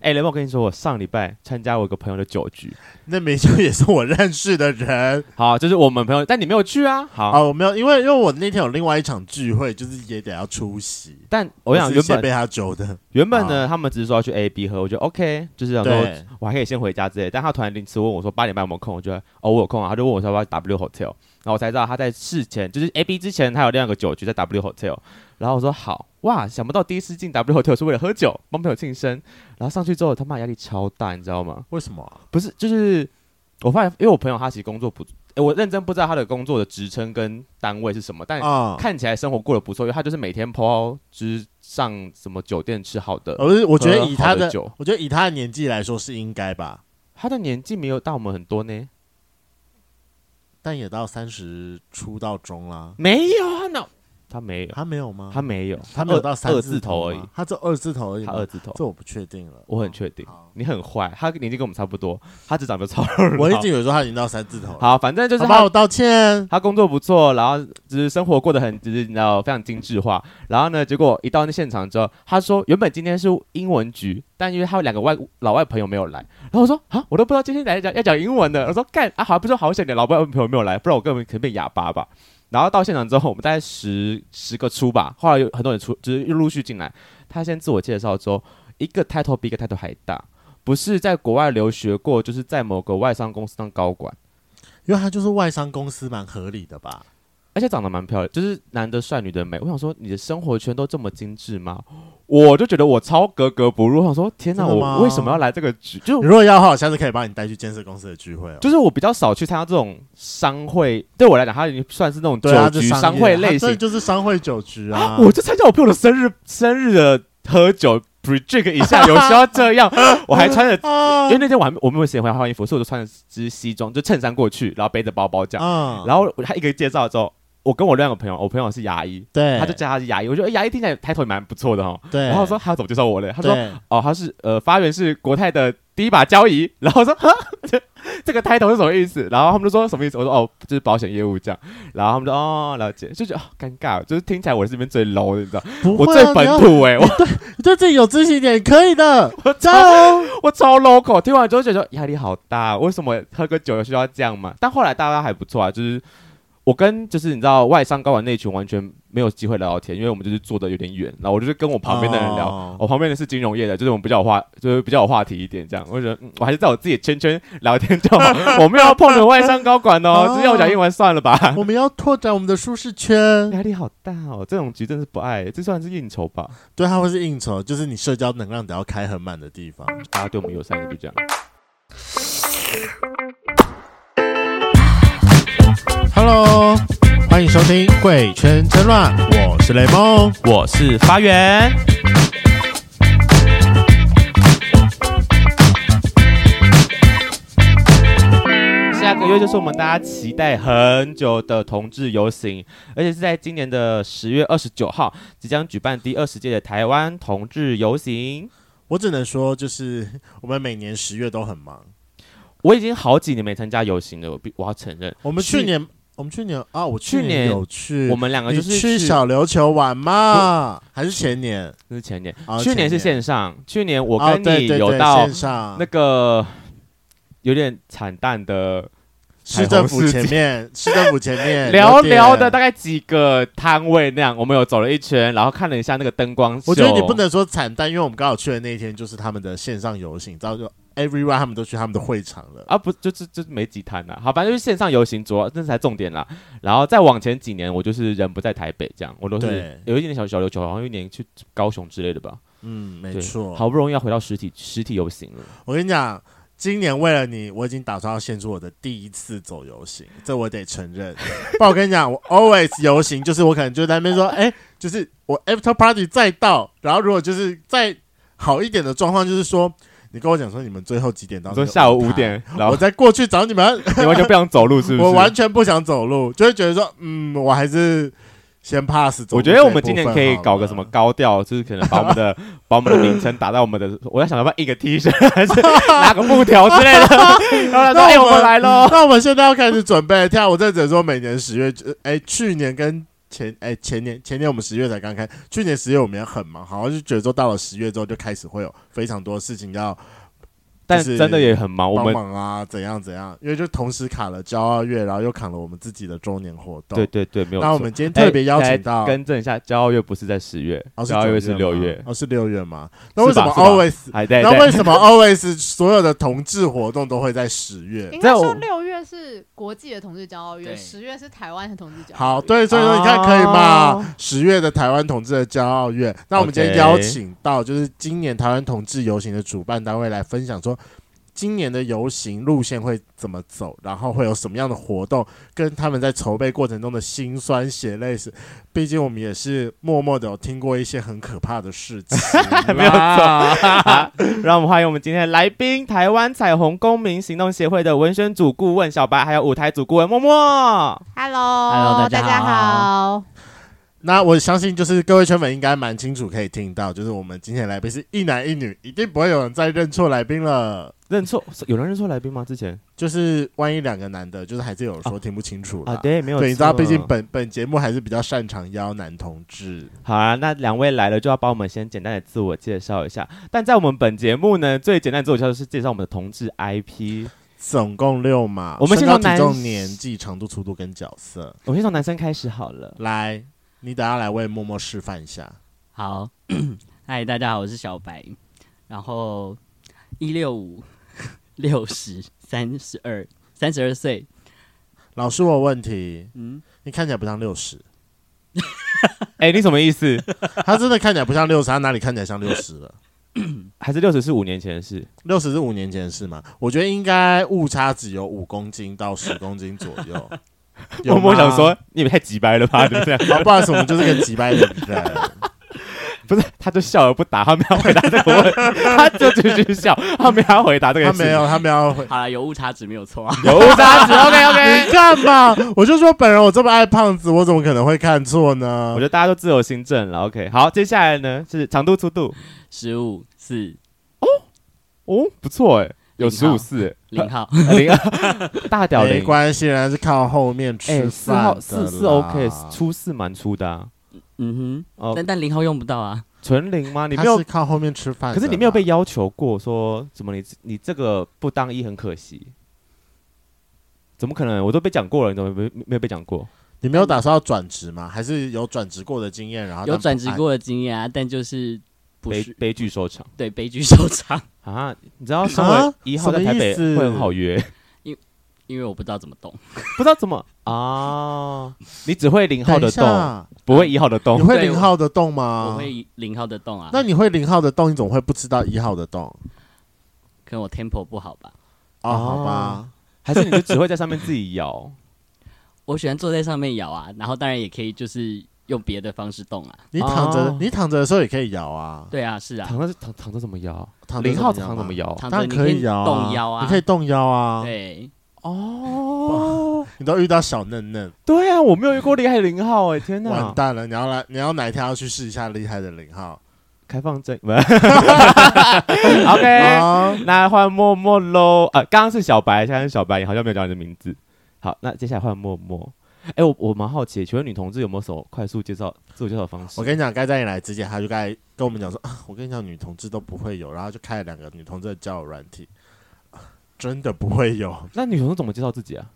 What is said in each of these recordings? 哎、雷梦，我跟你说，我上礼拜参加我一个朋友的酒局，那明秀也是我认识的人好，就是我们朋友，但你没有去啊。好，啊，我没有，因为因为我那天有另外一场聚会，就是也得要出席。但我想是原先本被他揪的，原本呢，他们只是说要去 A B 喝，我觉得 OK，就是想说对，我还可以先回家之类的。但他突然临时问我说八点半有没有空，我觉得哦我有空啊，他就问我说要不要 W Hotel，然后我才知道他在事前就是 A B 之前他有另外一个酒局在 W Hotel，然后我说好哇，想不到第一次进 W Hotel 是为了喝酒帮朋友庆生，然后上去之后他妈压力超大，你知道吗？为什么啊？不是，就是我发现，因为我朋友他其实工作不，诶我认真不知道他的工作的职称跟单位是什么，但啊，看起来生活过得不错，因为他就是每天抛之上什么酒店吃好的，呃我是我觉得喝以好他的的，酒，我觉得以他的年纪来说是应该吧，他的年纪没有大我们很多呢，但也到三十出到中啦。没有啊，那他没有，他没有吗？他没有，他没有二到三二字头而已吗，他这二字头而已他啊吗。二字头，这我不确定了，我很确定好，你很坏，他年纪跟我们差不多，他只长得超我一老直以为说他已经到三字头了。好，反正就是好他吧，我道歉。他工作不错，然后就是生活过得很，就是你知道非常精致化。然后呢，结果一到那现场之后，他说原本今天是英文局，但因为他有两个外老外朋友没有来，然后我说啊，我都不知道今天来讲要讲英文的。我说干啊，好不是说好险你的老外朋友没有来，不然我根本可能变哑巴吧。然后到现场之后，我们大概十十个出吧，后来有很多人出，就是又陆续进来。他先自我介绍之后，一个 title 比一个 title 还大，不是在国外留学过，就是在某个外商公司当高管。因为他就是外商公司，蛮合理的吧？而且长得蛮漂亮，就是男的帅，女的美。我想说，你的生活圈都这么精致吗？我就觉得我超格格不入。我想说，天哪，真的吗我为什么要来这个局？就你如果要的话，我下次可以把你带去建设公司的聚会哦。就是我比较少去参加这种商会，对我来讲，它已经算是那种对啊，酒就局、商业商会类他这型。就是商会酒局啊。我就参加我朋友的生日，生日的喝酒 pre drink 一下，有需要这 样？我还穿着，啊因为那天我还没我没有时间回来换衣服，所以我就穿着只西装，就衬衫过去，然后背着包包这样。啊，然后他一个介绍之后，我跟我另外一个朋友，我朋友是牙医，对，他就叫他是牙医，我觉得、欸、牙医听起来抬头也蛮不错的哈。哦对，然后我说他怎么介绍我嘞？他说哎对哦，他是呃发源是国泰的第一把交椅。然后我说哈， 这这个 title 是什么意思？然后他们就说什么意思？我说哦，就是保险业务这样。然后他们就哦了解，就觉得、哦、尴尬，就是听起来我是这边最 low 的，你知道，不我会最啊本，你要土哎、我你对自己有自信一点，可以的。 我加超油！我超 local。听完之后觉得压力好大，啊为什么喝个酒有需要这样嘛？但后来大家还不错啊，就是。我跟就是你知道外商高管那群完全没有机会聊到天，因为我们就是坐的有点远，然后我就是跟我旁边的人聊，哦我旁边的是金融业的，就是我们比较有话，就是比较有话题一点这样。我就觉得、嗯我还是在我自己的圈圈聊天就好，我没有要碰着外商高管哦，哦只要我讲英文算了吧。我们要拓展我们的舒适圈。压力好大哦，这种局真是不爱，这算是应酬吧？对，它会是应酬，就是你社交能量得要开很满的地方。大家对我们友善一点就这样。 Hello，欢迎收听《贵圈争乱》，我是雷梦。我是发源，下个月就是我们大家期待很久的同志游行，而且是在今年的十月二十九号即将举办第二十届的台湾同志游行。我只能说，就是我们每年十月都很忙。我已经好几年没参加游行了，我必我要承认，我们去去年，我们去年啊，我去去年年有去。我们两个嗯你啊就是去小琉球玩嘛？还是前年？那是前年，啊去年是前线上，去年我哦跟对你对有对到线上那个有点惨淡的市政彩府虹世前面，市政府前 面寥寥的有大点概几个摊位那样，我们有走了一圈，然后看了一下那个灯光秀我觉得你不能说惨淡，因为我们刚好去的那一天就是他们的线上游行，然后就 everyone 他们都去他们的会场了。啊，不就是就是没几摊啦、好，反正就是线上游行，主要那才重点啦。然后再往前几年，我就是人不在台北，这样我都是对有一点点小小琉球，然后有一年去高雄之类的吧。嗯，没对错。好不容易要回到实体实体游行了。我跟你讲，今年为了你，我已经打算要献出我的第一次走游行，这我得承认。 不然我跟你讲，我 always 游行，就是我可能就在那边说，哎、就是我 after party 再到，然后如果就是再好一点的状况，就是说，你跟我讲说你们最后几点到你说那个舞台？下午五点，然我后再过去找你 们，你完全不想走路，是不是？我完全不想走路，就会觉得说，嗯，我还是先 pass 走我路这觉一部分好了。得我们今年可以搞个什么高调，就是可能把我们 的把我们的名称打在我们的，我在想要不要印个 T 恤，还是拿个木条之类的，然 后让他说哎 我们来喽。那我们现在要开始准备跳。我这只能说每年十月，呃哎、去年跟前哎、前年前年我们十月才刚开，去年十月我们也很忙，好像就觉得说到了十月之后就开始会有非常多事情要但是真的也很忙，我帮们忙啊，怎样怎样，因为就同时卡了骄傲月，然后又卡了我们自己的周年活动。对，对对，没有错。那我们今天特别邀请到哎来更正一下，骄傲月不是在十月，哦骄傲月是六九吗月，哎哦是六月吗？那为什么是吧 always？还在。那对为什么 always 所有的同志活动都会在十月？应该在我说六月是国际的同志骄傲月，对十月是台湾的同志骄傲月。好，对，所以说你看可以吗哦？十、月的台湾同志的骄傲月，那我们今天 OK，邀请到就是今年台湾同志游行的主办单位来分享说，今年的游行路线会怎么走，然后会有什么样的活动，跟他们在筹备过程中的辛酸血泪史。毕竟我们也是默默的有听过一些很可怕的事情 没有错。让我们欢迎我们今天的来宾，台湾彩虹公民行动协会的文宣组顾问小白，还有舞台组顾问默默。 Hello，大大家家好好。那我相信，就是各位圈粉应该蛮清楚，可以听到，就是我们今天的来宾是一男一女，一定不会有人再认错来宾了。认错，有人认错来宾吗？之前就是万一两个男的，就是还是有人说听不清楚啦啊，对，没有错。对，你知道，毕竟本本节目还是比较擅长邀男同志。好啊，那两位来了就要帮我们先简单的自我介绍一下。但在我们本节目呢，最简单的自我介绍是介绍我们的同志 IP。总共六码，我们身先从高、体男重、年纪、长度、粗度跟角色。我们先从男生开始好了。来，你等下来为默默示范一下。好， 嗨，大家好，我是小白，然后一六五、 六十、三十二、三十二岁，老师，我有问题，嗯，你看起来不像六十，哎、你什么意思？他真的看起来不像六十，他哪里看起来像六十了？ 还是六十是五年前的事？六十是五年前的事吗？我觉得应该误差只有五公斤到十公斤左 右。有默默吗想，说，你也太急掰了吧？ 对不对？好，不好意思，我们就是个急掰的人。 不是，他就笑而不答，他没有回答这个问题， 他就继续笑，他没有回答这个他事情没有，他没有回。好了，有误差值没有错啊， 有误差值，OK OK 你。看嘛，我就说本人我这么爱胖子，我怎么可能会看错呢我觉？得大家都自由行政了，OK。好，接下来呢是长度粗度，十五四哦，不错哎，有零十号五四零号， 零二， 大屌没零，关系，人家是靠后面哎，吃四饭的啦号四四 OK，初四蛮粗的啊，嗯哼，哦但，但零号用不到啊，纯零吗？你他没有是，靠后面吃饭，可是你没有被。要求过说怎么你你这个不当一很可惜。怎么可能？我都被讲过了，你怎么没没有被讲过？你没有打算要转职吗？还是有转职过的经验？然后有转职但不过的经验啊，但就是不悲是悲剧收场。对悲剧收场，啊，你知道身啊为一号什在么台意北思会很好约， 因为我不知道怎么动，不知道怎么啊？你只会零爱？号等的一动，下，不会一号的动你。会对零号的动吗我？会零号的动啊，啊那你会零号的动，你总会不知道一号的动可能我 tempo 不好吧，哦，哦好吧，还是你就只会在上面自己摇？我喜欢坐在上面摇啊，然后当然也可以就是用别的方式动啊，你躺着哦，你躺着的时候也可以摇啊，对啊，是啊，躺着躺躺着怎么摇？躺着零号怎么躺样怎么啊？摇？躺当然着你可以摇啊，动腰啊，你可以动腰啊，对，哦，你都遇到小嫩嫩。对啊，我没有遇过厉害的零号哎，天完哪！蛋了！你要来，你要哪一天要去试一下厉害的零号？开放 证不是哎，OK。啊，那换默默喽，呃，刚刚是小白，现在是小白，你好像没有讲你的名字。好，那接下来换默默。哎、我我蛮好奇，请问女同志有没有什么快速介绍自我介绍的方式？我跟你讲，该在你来之前，他就该跟我们讲说啊，我跟你讲，女同志都不会有，然后就开了两个女同志的交友软体，真的不会有。那女同志怎么介绍自己啊？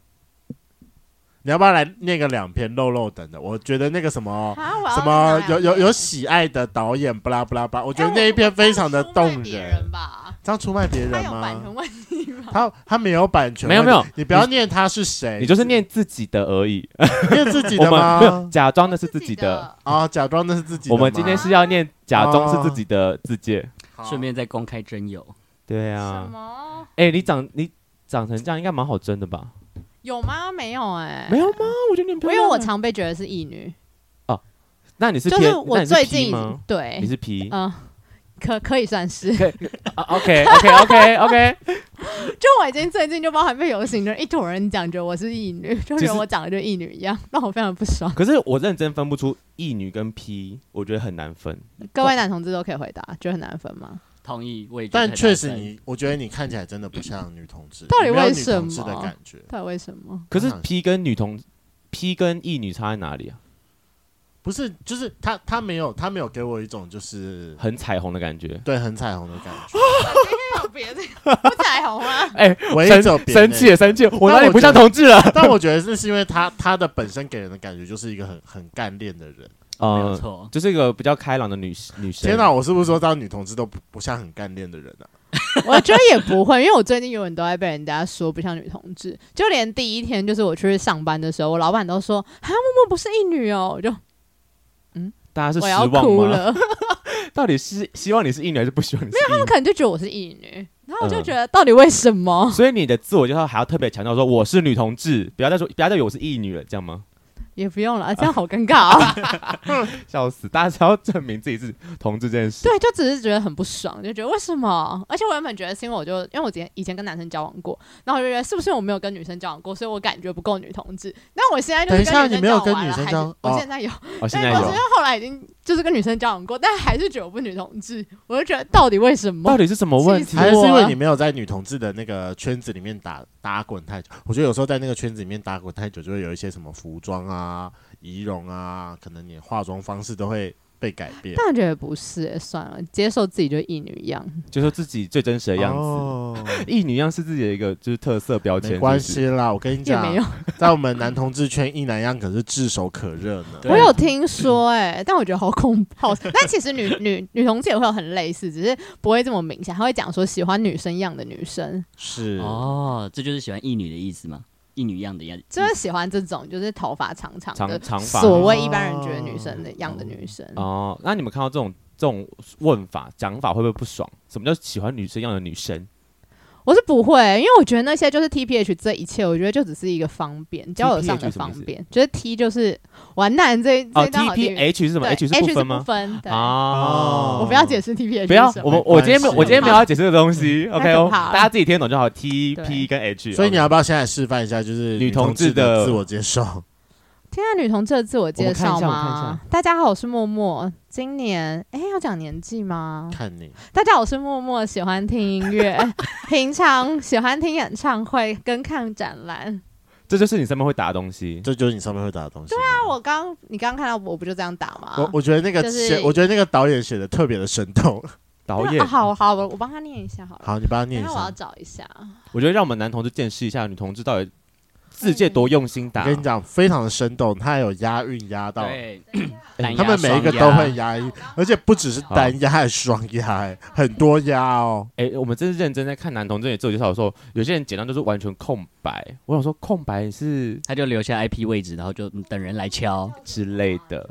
你要不要来念个两篇肉肉等的？我觉得那个什么啊，我要什么哪有两哎有个有喜爱的导演，不拉不拉不拉，我觉得那一篇非常的动哎我我不能出卖别人。吧？这样出卖别他人有版吗？权问题吗？他他没有版权，没有没有你不要念他是谁，你就是念自己的而已，念自己我的们没有吗？假装的是自己的。的。啊，假装那是自己的我吗。们今天是要念假装是自己的自介。好顺便再公开真友，对什啊，么？哎、你长你长成这样应该蛮好争的吧？有吗？没有哎，没有吗？我觉得你很因漂亮啊为我常被觉得是异女，那你是就偏那我你最 P 近吗？对你，是 P 嗯，可可以算是， 啊？OK OK OK OK，就我已经最近就包含被游行的人一坨人讲觉得我是异女，就觉其实得我长得就异女一样，让我非常不爽。可是我认真分不出异女跟 P，我觉得很难分。各位男同志都可以回答，觉得很难分吗？同意，我也觉得但很确难实分你，我觉得你看起来真的不像女同志，到底你没有为女什同志的么感觉？到底为什么？可是嗯 P 跟女同 P 跟异女差在哪里啊？不是，就是他他没有他没有给我一种就是很彩虹的感觉。对很彩虹的感觉， 有别的不彩虹啊，哎、我也生只有别生人 气了，生气了，我但哪里我不觉像得同志了？但我觉得这是因为他他的本身给人的感觉就是一个很很干练的人。没有嗯，错，就是一个比较开朗的女女生。天哪，我是不是说当女同志都不不像很干练的人啊？ 我觉得也不会，因为我最近永远都在被人家说不像女同志，就连第一天就是我去上班的时候，我老板都说啊，默默不是一女哦，我就大家是我要失望哭吗？了，到底是希望你是异女还是不希望你是异他女们？可能就觉得我是异女，然后我就嗯觉得到底为什 么？嗯所以你的自我介绍还要特别强调说我是女同志，不要再说不要再以为我是异女了，这样吗？也不用了，这样好尴尬 啊！笑死！大家只要证明自己是同志这件事，对，就只是觉得很不爽，就觉得为什么？而且我原本觉得是因为我就因为我以前以前跟男生交往过，然后我就觉得是不是我没有跟女生交往过，所以我感觉不够女同志。那我现在就是等一下跟你没有跟交往完女了生还交是往我哦现在有，哦，现在但我有是因为。后来已经就是跟女生交往过，但还是觉得我不女同志，我就觉得到底为什到么？底是什么问题哦其实还我啊是因为你没有在女同志的那个圈子里面打打滚太久？我觉得有时候在那个圈子里面打滚太久，就会有一些什么服装啊、仪容啊，可能你化妆方式都会被改变。但我觉得不是、欸算了，接受自己就一女一样。就说自己最真实的样子，哦异女样是自己的一个就是特色标签，没关是不是。系啦，我跟你也啊讲没，有，在我们男同志圈，一男一样可是炙手可热呢。啊对我有听说哎、但我觉得好恐怖。好但其实女 女女同志也会有很类似，只是不会这么明显。她会讲说喜欢女生样的女生，是，哦，这就是喜欢异女的意思吗？异女一样的样子，就是喜欢这种就是头发长长的，长长发所谓一般人觉得女生的样的女生。哦，那你们看到这种这种问法讲法会不会不爽？什么叫喜欢女生样的女生？我是不会、因为我觉得那些就是 T P H 这一切，我觉得就只是一个方便，交友上的方便。觉得 T 就是完蛋，这哦这段，T 好 P 听。 H 是什么对？H 是是不分吗？分对，啊哦我不要解释 T P H。不要，我们我今天没有，没关系我今天没有要解释这个东西，OK，太哦可怕了大家自己听得懂就好。T 对 P 跟 H，所以你 OK 要不要现在示范一下，就是女同志志的自我 介绍？天下女同志的自我介绍我们看一下我们看一吗？大家好，我是默默，今年哎要讲年纪吗？看你，大家好，我是默默，喜欢听音 乐，平常喜欢听演唱会跟看展览。这就是你上面会打的东西。这就是你上面会打的东西吗。那我刚你刚看到我不就这样打吗？我我觉得那个就是写，我觉得那个导演写的特别的生动。 导啊演，好好，我我帮他念一下好了。好，你帮他等念一一下我要下。找一下。我觉得让我们男同志见识一下女同志到底嗯自界多用心我打。跟你讲，非常的生动，他还有押韵押到，对， 哎他们每一个都会押韵，而且不只是好单押，还有双押、哎很多押哦。哎、我们真是认真在看男同志的自我介绍的时候，有些人简单就是完全空白。我想说，空白是他就留下 IP 位置，然后就嗯等人来敲。之类的，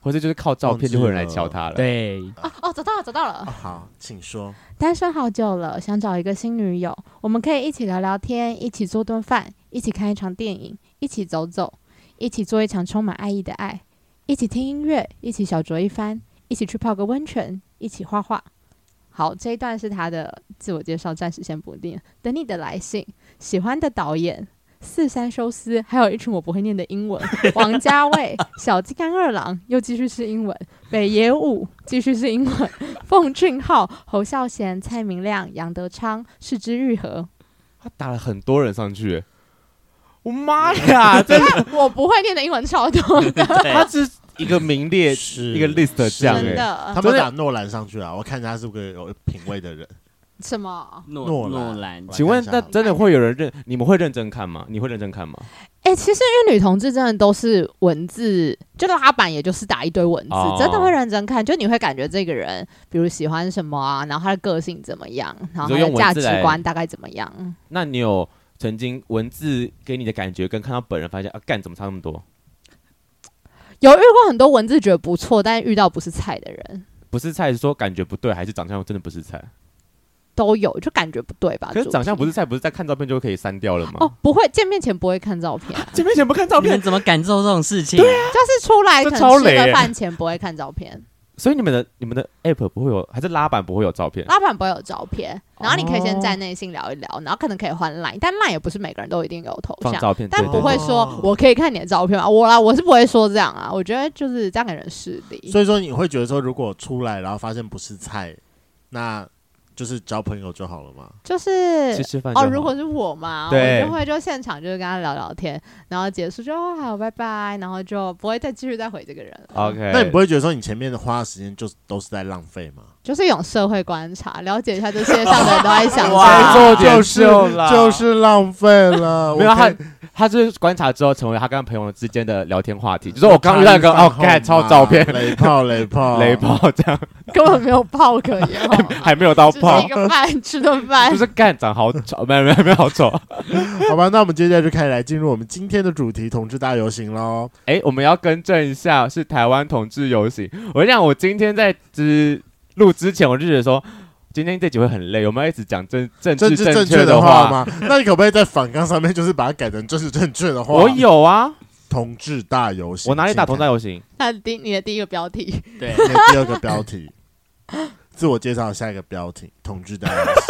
或者就是靠照片就会有人来敲他了。，对， 哦哦，找到了，找到了。好，请说。单身好久了，想找一个新女友，我们可以一起聊聊天，一起做顿饭，一起看一场电影，一起走走，一起做一场充满爱意的爱，一起听音乐，一起小酌一番，一起去泡个温泉，一起画画。好，这一段是他的自我介绍，暂时先不定，等你的来信。喜欢的导演。四三修斯，还有一群我不会念的英文，王家卫、小金刚二郎又继续是英文，北野武继续是英文，奉俊昊、侯孝贤、蔡明亮、杨德昌、是之愈 合。他打了很多人上去、我妈呀，这我不会念的英文超多的，他是一个名列是一个 list 这样真哎、的。他们打诺兰上去了，我看他是不是有品味的人。什么？诺诺诺兰兰请问，那我来看一下好了真的会有人认？你们会认真看吗？你会认真看吗？哎、其实因为女同志真的都是文字，就拉板也就是打一堆文字，哦真的会认真看，就你会感觉这个人，比如喜欢什么啊，然后他的个性怎么样，然后你说他的用文价字值来观大概怎么样。那你有曾经文字给你的感觉，跟看到本人发现啊，干怎么差那么多？有遇过很多文字觉得不错，但遇到不是菜的人不是菜是说感觉不对，还是长相真的不是菜？都有，就感觉不对吧？可是啊主长相题不是菜，不是在看照片就可以删掉了吗？哦，，不会，见面前不会看照片、啊。见面前不看照你们片，怎么敢做这种事情？对啊，就是出来这可超能吃雷耶个饭前不会看照片，所以你们的你们的 app 不会有，还是拉板不会有照片？老板不会有照片，哦然后你可以先在内心聊一聊，然后可能可以换 line，但 line 也不是每个人都一定有头放像，照片，但对哦不会哦说我可以看你的照片吗？我啦，我是不会说这样啊，我觉得就是这样给人势力。所以说你会觉得说，如果出来然后发现不是菜，那就是交朋友就好了嘛。就是去吃饭就哦，好如果是我嘛，对我就会就现场就是跟他聊聊天，然后结束就哦好拜拜，然后就不会再继续再回这个人了。 OK，那你不会觉得说你前面的花的时间就都是在浪费吗？就是有社会观察，了解一下这世界上的人都在 想哇什么。做就是就是浪费 了。没有我他看，他就是观察之后成为他跟朋友之间的聊天话题，就是我刚遇到一个哦，看超照片雷炮雷 炮雷，炮这样，根本没有泡可言，好 吗还没有到只炮是一，个饭， 吃顿饭就。是干长好丑， 没有没有没有好丑。好吧，那我们接下来就开始来进入我们今天的主题——同志大游行喽。哎，我们要更正一下，是台湾同志游行。我讲，我今天在之录之前，我就觉得说，今天这集会很累，我们要一直讲政政政治治正确确的话话。吗？那你可不可以在反纲上面就是把它改成政治正确的话？我有啊，同志大游行，我哪里打同志游游行？ 那第你的第一个标题， 对，行？第二个标题，自我介绍下一个标题：同志大游行。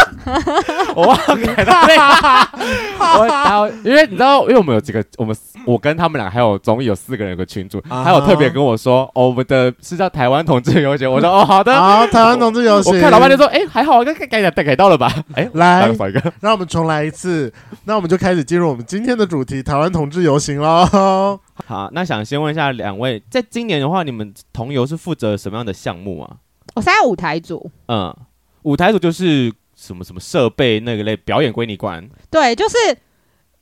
我忘了改到那个我打，因为你知道，因为我们有几个，我们我跟他们俩还有总有四个人有个群主，啊哈还有特别跟我说，哦，我们的是叫台湾同志游行。我说哦，好的。好，台湾同志游行。我看老板就说，哎，还好，该该改改改到了 吧？哎，来少一个。让我们重来一次，那我们就开始进入我们今天的主题——台湾同志游行喽。好，那想先问一下两位，在今年的话，你们同游是负责什么样的项目啊？我现在舞台组，嗯，舞台组就是什么什么设备那个类，表演归你管，对，就是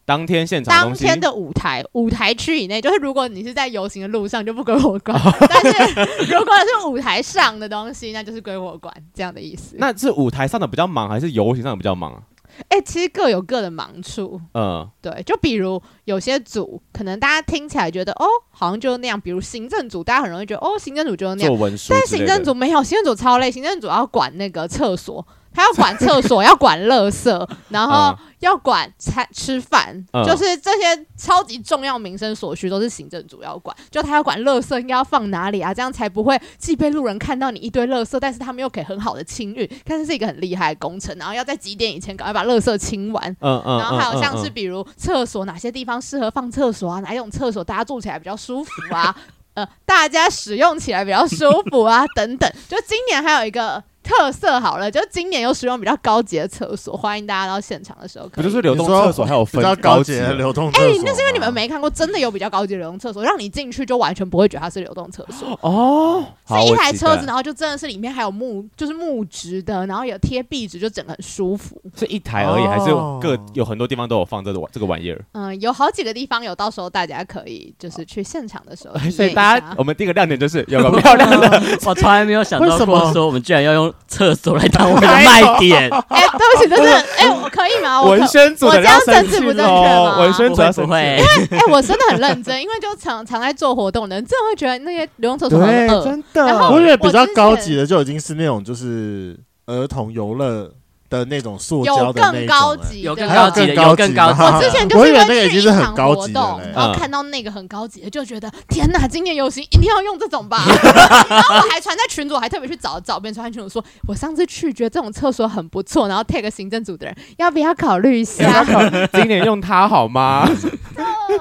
当天现场当东西。天的舞台，舞台区以内，就是如果你是在游行的路上，就不归我管；哦但是如果是舞台上的东西，那就是归我管，这样的意思。那是舞台上的比较忙，还是游行上的比较忙啊？哎、其实各有各的忙处，嗯，对，就比如有些组，可能大家听起来觉得哦，好像就那样，比如行政组，大家很容易觉得哦，行政组就是那样做，文书但之类行的。政组没有，行政组超累，行政组要管那个厕所， 他要管 厕所，要管垃圾，然后嗯要管餐吃饭，嗯就是这些超级重要民生所需都是行政组要管，就他要管垃圾应该要放哪里啊，这样才不会既被路人看到你一堆垃圾，但是他们又可以很好的清运，看这是一个很厉害的工程，然后要在几点以前赶快把垃圾清完，嗯嗯，然后还有嗯像是嗯比如厕所哪些地方适合放厕所啊，哪一种厕所大家住起来比较舒服 啊，呃，大家使用起来比较舒服啊， 等等。就今年还有一个特色好了，就今年有使用比较高级的厕所，欢迎大家到现场的时候不可以。就是流动你说厕所还有比分较高级级的的流动厕哎、所。那是因为你们。没看过，真的有比较高级的流动 厕所，让你进去就完全不会觉得它是流动厕所，哦，好 是一我台期车待子，然后就真的是里面还有木，就是木质的，然后有贴壁纸，就整个很舒服。是一台而已，还是哦各有很多地方都有放这个这个玩意儿？嗯，有好几个地方有，到时候大家可以就是去现场的时候体验哎一下， 所以大家，我们第一个亮点就是有 个漂亮的 我从来没有想到为什么过说我们居然要用厕所来当我 们的卖点，哎、对不起，真的，哎、我可以吗？我可文宣组我的这人要样生政气治不正确喽，吗？文宣不组会要生不气会了。，哎、我真的很认真，因为就常常在做活动的人，真的会觉得那些流动厕所很恶。的然后我觉得比较我之前高级的就已经是那种就是儿童游乐的那种塑胶有的那种更高哎级欸有的更还有高级的，更有更高高级级的的。我之前就我以是为因那个为已经去一是很场高活级的动嘞，然后嗯看到那个很高级的，就觉得天哪，今年游行一定要用这种吧。 然后我还传在群组，我还特别去找找遍传群主说，我上次去觉得这种厕所很不错，然后 tag 行政组的人要不要考虑一下？啊 今年用它好吗？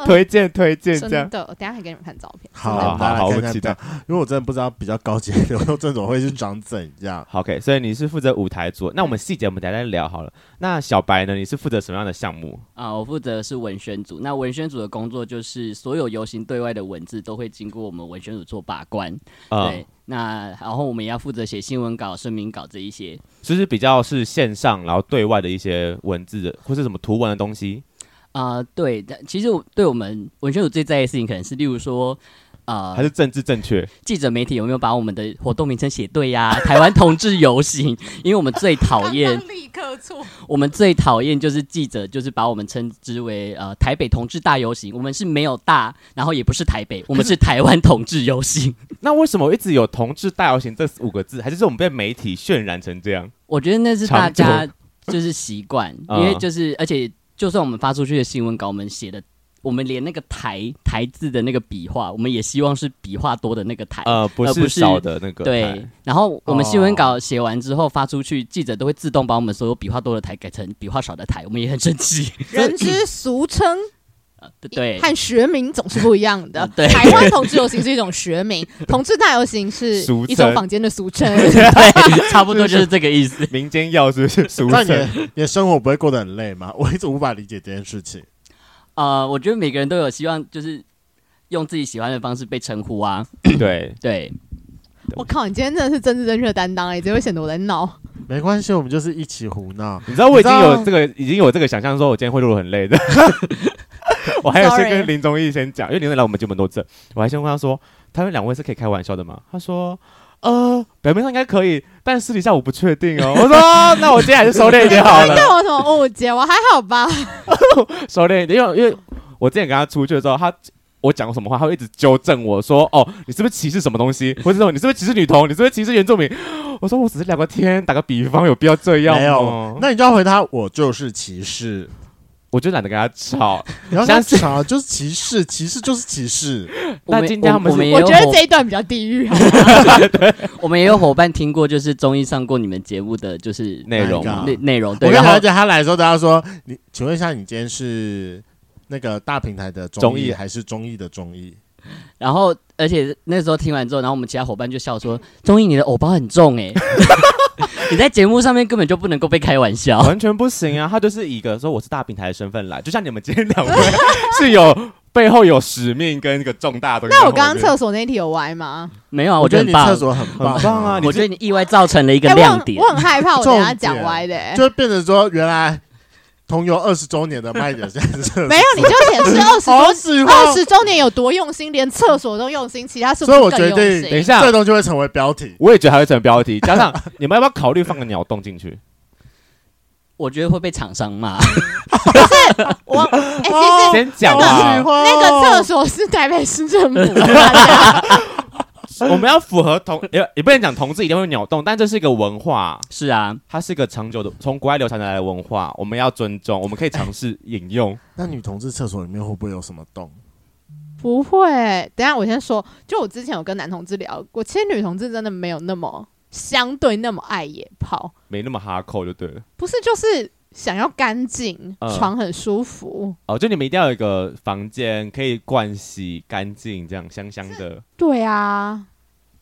推荐推荐真这样。的，等一下还给你们看照片。好好，好大家好来我看看期待表，因为我真的不知道比较高级的流动厕所会是长怎样。好 OK，所以你是负责舞台组，那我们细节我们等一下再聊好了。那小白呢？你是负责什么样的项目？啊，我负责的是文宣组。那文宣组的工作就是所有游行对外的文字都会经过我们文宣组做把关。嗯对，，那然后我们也要负责写新闻稿、声明稿这一些。就是比较是线上，然后对外的一些文字的或是什么图文的东西。啊、对，但其实我对我们文宣组最在意的事情，可能是例如说。呃还，是政治正确？记者媒体有没有把我们的活动名称写对呀、台湾同志游行，因为我们最 讨厌，立刻错。我们最讨厌就是记者，就是把我们称之为呃台北同志大游行。我们是没有大，然后也不是台北，我们是台湾同志游行。 那为什么一直有“同志大游行”这五个字？还是说我们被媒体渲染成这样？我觉得那是长大家就是习惯，因嗯为就是而且就算我们发出去的新闻稿，我们写的，我们连那个台台字的那个笔画，我们也希望是笔画多的那个台。呃，不呃是不是少的那个。对，，然后我们新闻哦稿写完之后发出去，记者都会自动把我们所有笔画多的台改成笔画少的台，我们也很生气。人之俗称呃 对，。和学名总是不一样的对台湾同志游行是一种学名，同志大游行是俗称一种坊间的俗称。 对， 差不多就是这个意 思。民间药是不是俗那你称？的你的生活不会过得很累吗？ 我一直无法理解这件事情。呃，我觉得每个人都有希望，就是用自己喜欢的方式被称呼啊。对，对，我靠，你今天真的是政治正确担当哎、欸，只会显得我在闹。没关系，我们就是一起胡闹。你知道我已经你知有道这个，已经有这个想象，说我今天会录得很累 的。我还有先 Sorry 跟林宗义先讲，因为林宗义来我们节目很多次，我还先问他说，他们两位是可以开玩笑的吗？他说。呃，表面上应该可以，但私底下我不确定 哦。我说，那我今天还是收敛一点好了。那哎我什么误解？我还好吧。收敛一点，因为因为我之前跟他出去的时候，他我讲什么话，他会一直纠正我说：“哦，你是不是歧视什么东西？或者说你是不是歧视女童？你是不是歧视原住民？”我说：“我只是聊个天，打个比方，有必要这样吗？”哦没有，那你就要回他，我就是歧视。我就懒得跟他吵。你要想相信吵，就是歧视，歧视就是歧视。我们那今天他们是我们也我有觉得伙这一段比较 地狱。啊我们也有伙伴听过，就是综艺上过你们节目的就是内容哪一个啊内内容，我对，跟然小后姐她来的时候，大家说：“你请问一下，你今天是那个大平台的综综艺艺还是综艺的综艺然后而且那时候听完之后，然后我们其他伙伴就笑说：“综艺你的偶包很重 哎、 你在节目上面根本就不能够被开 玩笑。完全不行啊！他就是以一个说我是大平台的身份来，就像你们今天两位是有背后有使命跟一个重大的东西在那后我面。刚刚厕所那题有歪吗？？”没有啊，？”我我觉得你很厕棒，所很棒，很棒啊你我觉得你意外造成了一 哎个我亮很点我。很害怕我等一下重讲点歪的、欸。就变成说，原来同游二十周年的卖点现在是没有，你就显示二十好多喜欢二，十周年有多用心，连厕所都用心，其他是不所以我是决更用定等一心？下这，东西会成为标题。我也觉得还会成标题。加上你们要不要考虑放个鸟洞进 去？我觉得会被厂商骂， 我哎、其哦实先讲好啊 喜，欢那个厕哦，所是台北市政府的 啊大家，我们要符合同也也不能讲同志一定会有鸟洞，但这是一个文化。是啊，它是一个长久的从国外流传下来的文化，我们要尊重，我们可以尝试引用。那女同志厕所里面会不会有什么洞？不会。等一下我先说，就我之前有跟男同志聊过，其实女同志真的没有那么相对那么爱野炮，没那么哈扣就对了。不是就是想要干净，嗯床很舒服，哦，就你们一定要有一个房间可以盥洗干净，这样香香的。对啊，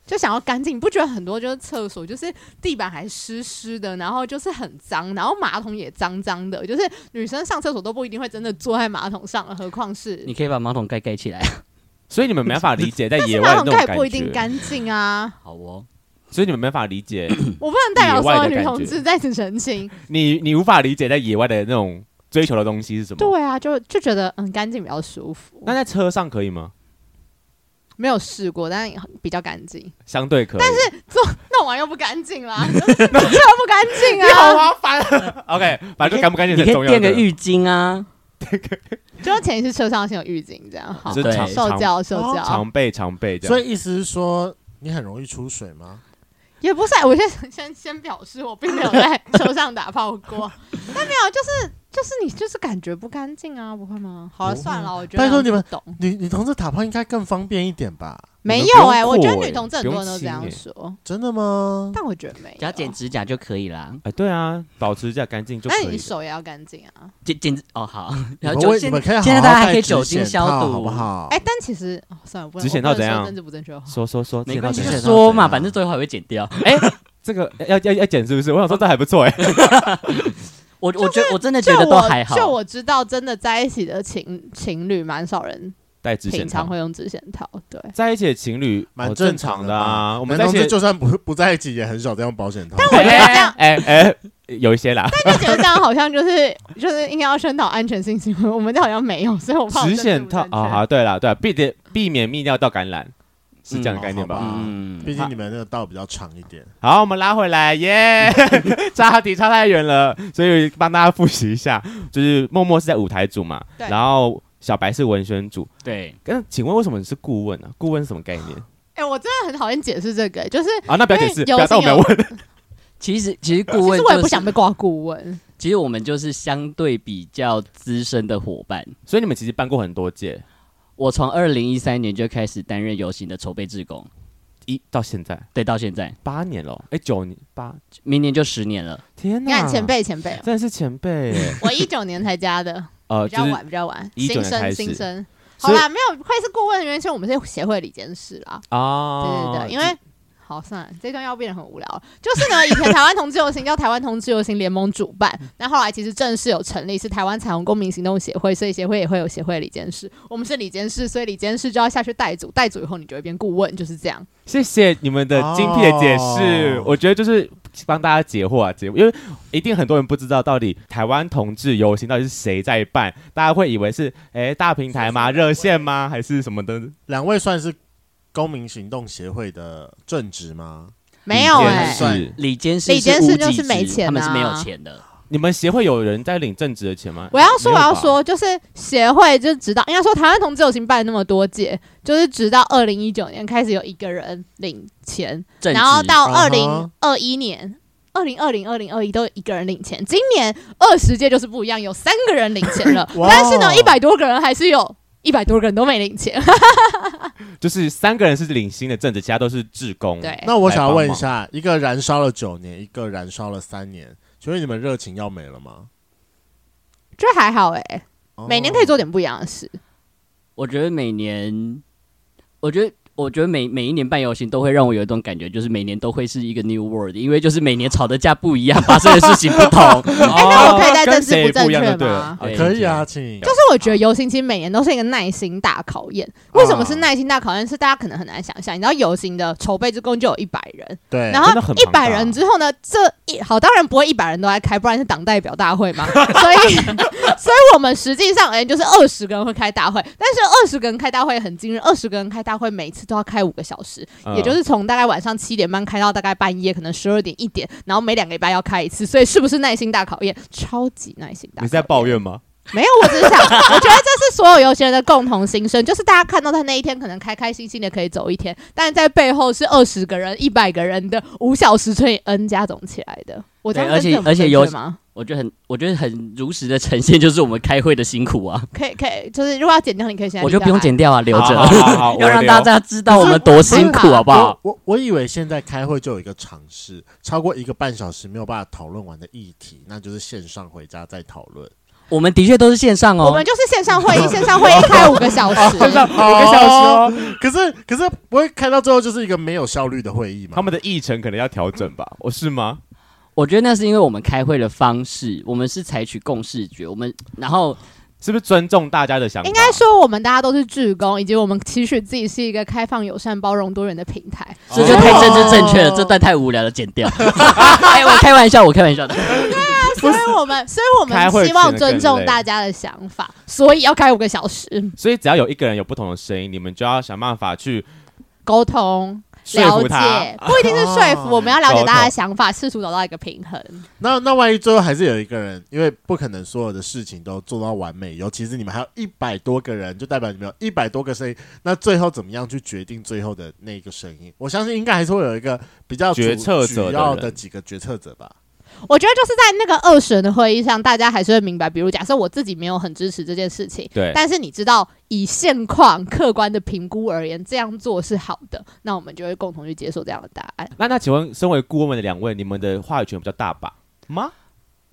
就想要干净，你不觉得很多就是厕所就是地板还湿湿的，然后就是很脏，然后马桶也脏脏的，就是女生上厕所都不一定会真的坐在马桶上了，何况是你可以把马桶盖盖起来。 所以你们没办 法理解在野外马的那桶种盖感不一定觉，干净啊，好哦， 所以你们没办法理解，我不能代表所有女同野外的感觉志在此澄清。你你无法理解在野外的那种追求的东西是什么。对啊，就就觉得嗯干净比较舒服，那在车上可以吗？没有试过，但也很比较干净。 相对可以，但是弄完又不干净啦，就是 这不干净啊！麻烦。OK，反 正干不干净你是很可重以要的。垫个浴巾啊，就是前提是车上先有浴巾这样，好是哦对常受常教受教。常备常备这所样。以意思是说，你很容易出水吗？也不是，啊我先先先表示，我并没 有在车上打炮过，但没有，就是就是你就是感觉不干净啊，不会吗？好了，不会算了，我觉得拜托你们不懂，女女同志打炮应该更方便一点吧？你没们不有用哎、我觉得过欸女同志很多人都不这用欸样亲说，真的吗？但我觉得没有。只要剪指甲就可以啦。哎，对啊，保持一下干净就可那以了。你手也要干净啊！剪剪指哦好，你然们后酒为你精们可以好好现在大家还戴可以指酒精显消套毒好不好？哎、但其实哦，算了，我不能只显到我不能怎说样政治不正确的话，说说说，没关系，剪到这剪就指里甲说嘛，反正最后还会剪掉。 这个要要要剪是不是？我想说这还不错哎。我我觉得我真的就 觉得都我还好。就我知道，真的在一起的情情侣，蛮少人带指平显常套。会用指显套，对。 在一起的情侣蛮哦正正常的的吧啊。我们在一男同起志就算不不在一起，也很少在用保险套。但我觉得这样，哎哎，有一些啦。但就觉得这样好像就是就是应该要宣导安全性行为，我们这好像没有，所以我怕我指政治显不套正确啊，好，对了对啦，避免避免泌尿道感染，是这样的概念嗯吧？好嗯，毕竟你们那个道比较长一点。好，我们拉回来， 耶！差题差太远了，所以帮大家复习一下，就是默默是在舞台组嘛，对然后小白是文宣组。对，那请问为什么你是顾问呢？顾问是什么概念？哎、我真的很讨厌解释这个、就是啊，那不要解释，不因为要 有当我没有有问。 其实其实顾啊其问实就我也是不想被挂顾问，其实我们就是相对比较资深的伙伴。所以你们其实办过很多届，我从二零一三年就开始担任游行的筹备志工，一到现在对，到现在八年了哦，哎，九年八，明年就十年了。天你哪！ 看前辈前辈， 真的是前辈耶。哦我一九年才加的，呃，比就较是晚，比较晚， 19新年开生始新生。好所以啦，没有会是顾问的原因，是我们是协会里监事啦。啊，对对对，因为好算了，这段要变得很无聊了。就是呢，以前台湾同志游行叫台湾同志游行联盟主办，嗯那后来其实正式有成立是台湾彩虹公民行动协会，所以协会也会有协会理监事。我们是理监事，所以理监事就要下去带组，带组以后你就会变顾问，就是这样。谢谢你们的精辟的解释哦，我觉得就是帮大家解惑啊，解惑，因为一定很多人不知道到底台湾同志游行到底是谁在办，大家会以为是哎大平台吗？热线吗？还是什么的？两位算是公民行动协会的正职吗？没有监哎、事算李监事，李监事就是没钱啊他们是没有钱的。你们协会有人在领正职的钱吗？我要说，没我有吧要，说，就是协会就直到应该说台湾同志游行办了那么多届，就是直到二零一九年开始有一个人领钱，正然后职到啊哈，二零二一年、二零二零、二零二一都有一个人领钱。今年二十届就是不一样，有三个人领钱了 哇哦但是呢，一百多个人还是有。一百多个人都没领钱，就是三个人是领薪的正职，其他都是志工。对，哎那我想要问一下，一个燃烧了九年，一个燃烧了三年，请问你们热情要没了吗？这还好哎、哦每年可以做点不一样的事。我觉得每年，我觉得。我觉得每每一年办游行都会让我有一种感觉，就是每年都会是一个 new world，因为就是每年吵的架不一样，发生的事情不 同。哎那我可以在政治不不正一样确就对了吗哦可以啊，，请就是我觉得游行其实每年都是一个耐心大考验。为什么是耐心大考验？是大家可能很难想象。你知道游行的筹备之共就有一百人，对然，真的后很一庞大百人之后呢，这一好当然不会一百人都来开，不然是党代表大会嘛。 所以，所以我们实际上哎、就是二十个人会开大会，但是二十个人开大会很惊人，二十个人开大会每次都要开五个小时，嗯也就是从大概晚上七点半开到大概半夜，可能十二点一点，然后每两个礼拜要开一次，所以是不是耐心大考验？超级耐心大考验。你是在抱怨吗？没有，我只是想， 我觉得这是所有游行人的共同心声，就是大家看到他那一天可能开开心心的可以走一天，但在背后是二十个人、一百个人的五小时乘以 n 加总起来的。我这样对而且认证不而且正确游吗？我觉得很，我觉得很如实的呈现，就是我们开会的辛苦啊。可以可以，就是如果要剪掉，你可以现在我就不用剪。剪掉啊，留好着，好好 好，要我让留大家知道我们多辛苦，好不好我？我我以为现在开会就有一个尝试，超过一个半小时没有办法讨论完的议题，那就是线上回家再讨论。我们的确都是线上我哦们，就是线上会议，线上会议开五个小 时，线上五个小时哦，可是可是不会开到最后就是一个没有效率的会议嘛？他们的议程可能要调整吧？我是吗？我觉得那是因为我们开会的方式，我们是采取共视觉，我们然后是不是尊重大家的想法？应该说，我们大家都是志工，以及我们期许自己是一个开放、友善、包容、多元的平台。这哦就太政治正确了，这段太无聊了，剪掉。 哎，我开玩笑，我开玩笑的。所以我们，所以我开会们希望显得尊更重累大家的想法，所以要开五个小时所以只要有一个人有不同的声音，你们就要想办法去沟通。说了服他。 解，不一定是说服，哦我们要了搞解大家懂的想法，试图找到一个平衡。那那万一最后还是有一个人，因为不可能所有的事情都做到完美，尤其是你们还有一百多个人，就代表你们有一百多个声音。那最后怎么样去决定最后的那个声音？我相信应该还是会有一个比较主决策者的人主要的几个决策者吧。我觉得就是在那个二审的会议上，大家还是会明白，比如假设我自己没有很支持这件事情，对，但是你知道以现况客观的评估而言，这样做是好的，那我们就会共同去接受这样的答案。那那请问，身为顾问的两位，你们的话语权比较大吧？吗？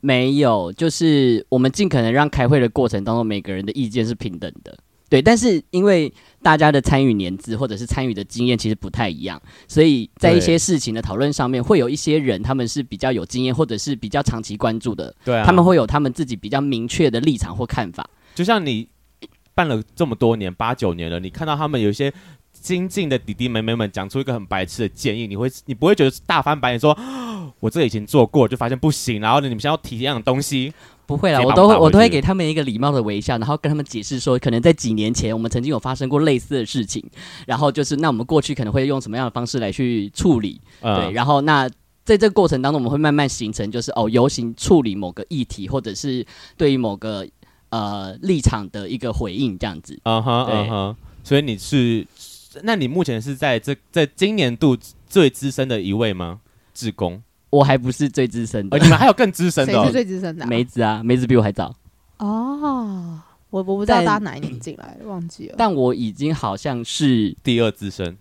没有，就是我们尽可能让开会的过程当中，每个人的意见是平等的。对，但是因为大家的参与年资或者是参与的经验其实不太一样，所以在一些事情的讨论上面，会有一些人他们是比较有经验或者是比较长期关注的，对啊，他们会有他们自己比较明确的立场或看法。就像你办了这么多年，八九年了，你看到他们有一些精进的弟弟妹妹们讲出一个很白痴的建议，你会你不会觉得大翻白眼说，啊我这个以前做过，就发现不行，然后你们想要提一样的东西，不会啦，直接我把都我会打我回都会去给他们一个礼貌的微笑，然后跟他们解释说，可能在几年前我们曾经有发生过类似的事情，然后就是那我们过去可能会用什么样的方式来去处理，对，嗯，然后那在这个过程当中，我们会慢慢形成就是哦，游行处理某个议题，或者是对于某个呃立场的一个回应这样子。嗯哼对嗯哼，所以你是，那你目前是在这在今年度最资深的一位吗？志工，我还不是最资深呃，哦的你们还有更资深谁的哦、是最资深的、啊？梅子啊，梅子比我还早，哦，我我不知道但大家哪一年进来，忘记了。但我已经好像是第二资深，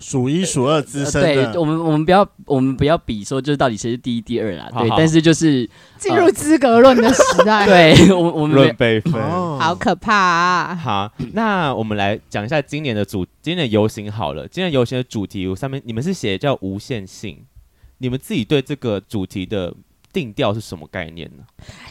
数一数二资呃深的对，我们我们不要我们不要比说就是到底谁是第一第二啦，好对好，但 是就是进入资格论的时代，，对我们我们没论辈分。哦好可怕啊！好，那我们来讲一下今年的主，今年的游行好了。今年游行的主题上面，你们是写叫无限性，你们自己对这个主题的定调是什么概念呢？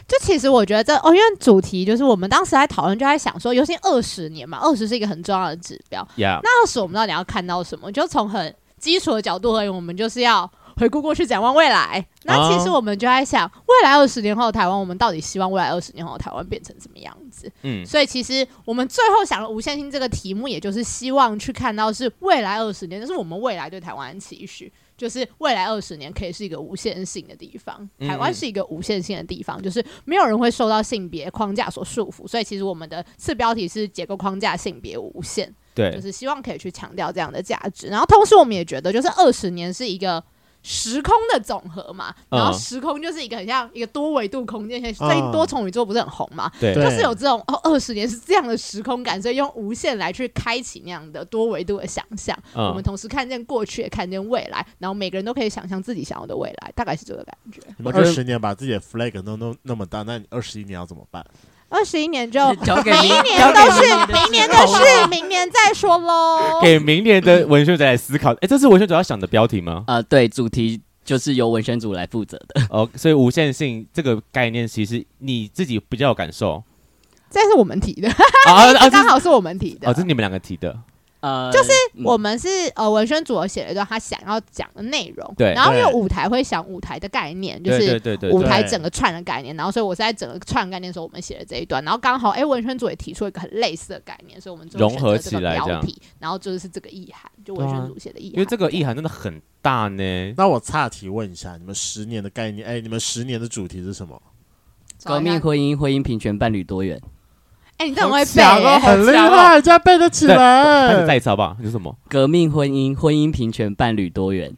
就其实我觉得这哦，因为主题就是我们当时在讨论，就在想说，尤其二十年嘛，二十是一个很重要的指标。呀、那二十我们到底要看到什么？就从很基础的角度而言，我们就是要回顾过去，展望未来。那其实我们就在想，未来二十年后的台湾，我们到底希望未来二十年后的台湾变成什么样子？嗯，所以其实我们最后想了无限性这个题目，也就是希望去看到是未来二十年，这是我们未来对台湾的期许，就是未来二十年可以是一个无限性的地方。嗯台湾是一个无限性的地方，就是没有人会受到性别框架所束缚。所以其实我们的次标题是结构框架性别无限，就对，是希望可以去强调这样的价值。然后同时我们也觉得，就是二十年是一个。时空的总和嘛，嗯然后时空就是一个很像一个多维度空间，现在最嗯近多重宇宙不是很红嘛？对，对就是有这种哦，二十年是这样的时空感，所以用无限来去开启那样的多维度的想象。我们嗯，同时看见过去，也看见未来，然后每个人都可以想象自己想要的未来，大概是这个感觉。你们我觉二得十年把自己的 flag 弄弄那么大，那你二十一年要怎么办？二十一年就有交给每明一年都是明年的事，明年再说喽。给明年的文宣者来思考。哎、这是文宣者要想的标题吗呃，对，主题就是由文宣组来负责的。哦，所以无限性这个概念，其实你自己比较有感受。这是我们提 的，啊啊啊！这刚是好是我们提的哦，这。是你们两个提的。呃，就是我们是呃文宣组有写了一段他想要讲的内容，对然后因为对舞台会想舞台的概念，就对是对对对舞对，台对整个串的概念，然后所以我是在整个串的概念的时候，我们写了这一段，然后刚好哎、文宣组也提出一个很类似的概念，所以我们最后融合选起择这个来这标样题，然后就是这个意涵，就文宣组写的意涵，啊因为这个意涵真的很大呢。那我岔题问一下，你们十年的概念，哎，你们十年的主题是什么？革命婚姻、婚姻平权、伴侣多元，哎、你这很会背、好强哦，哎很厉害，人家背得起呃开始再来。一次好不好？你说什么？革命婚姻、婚姻平权、伴侣多元。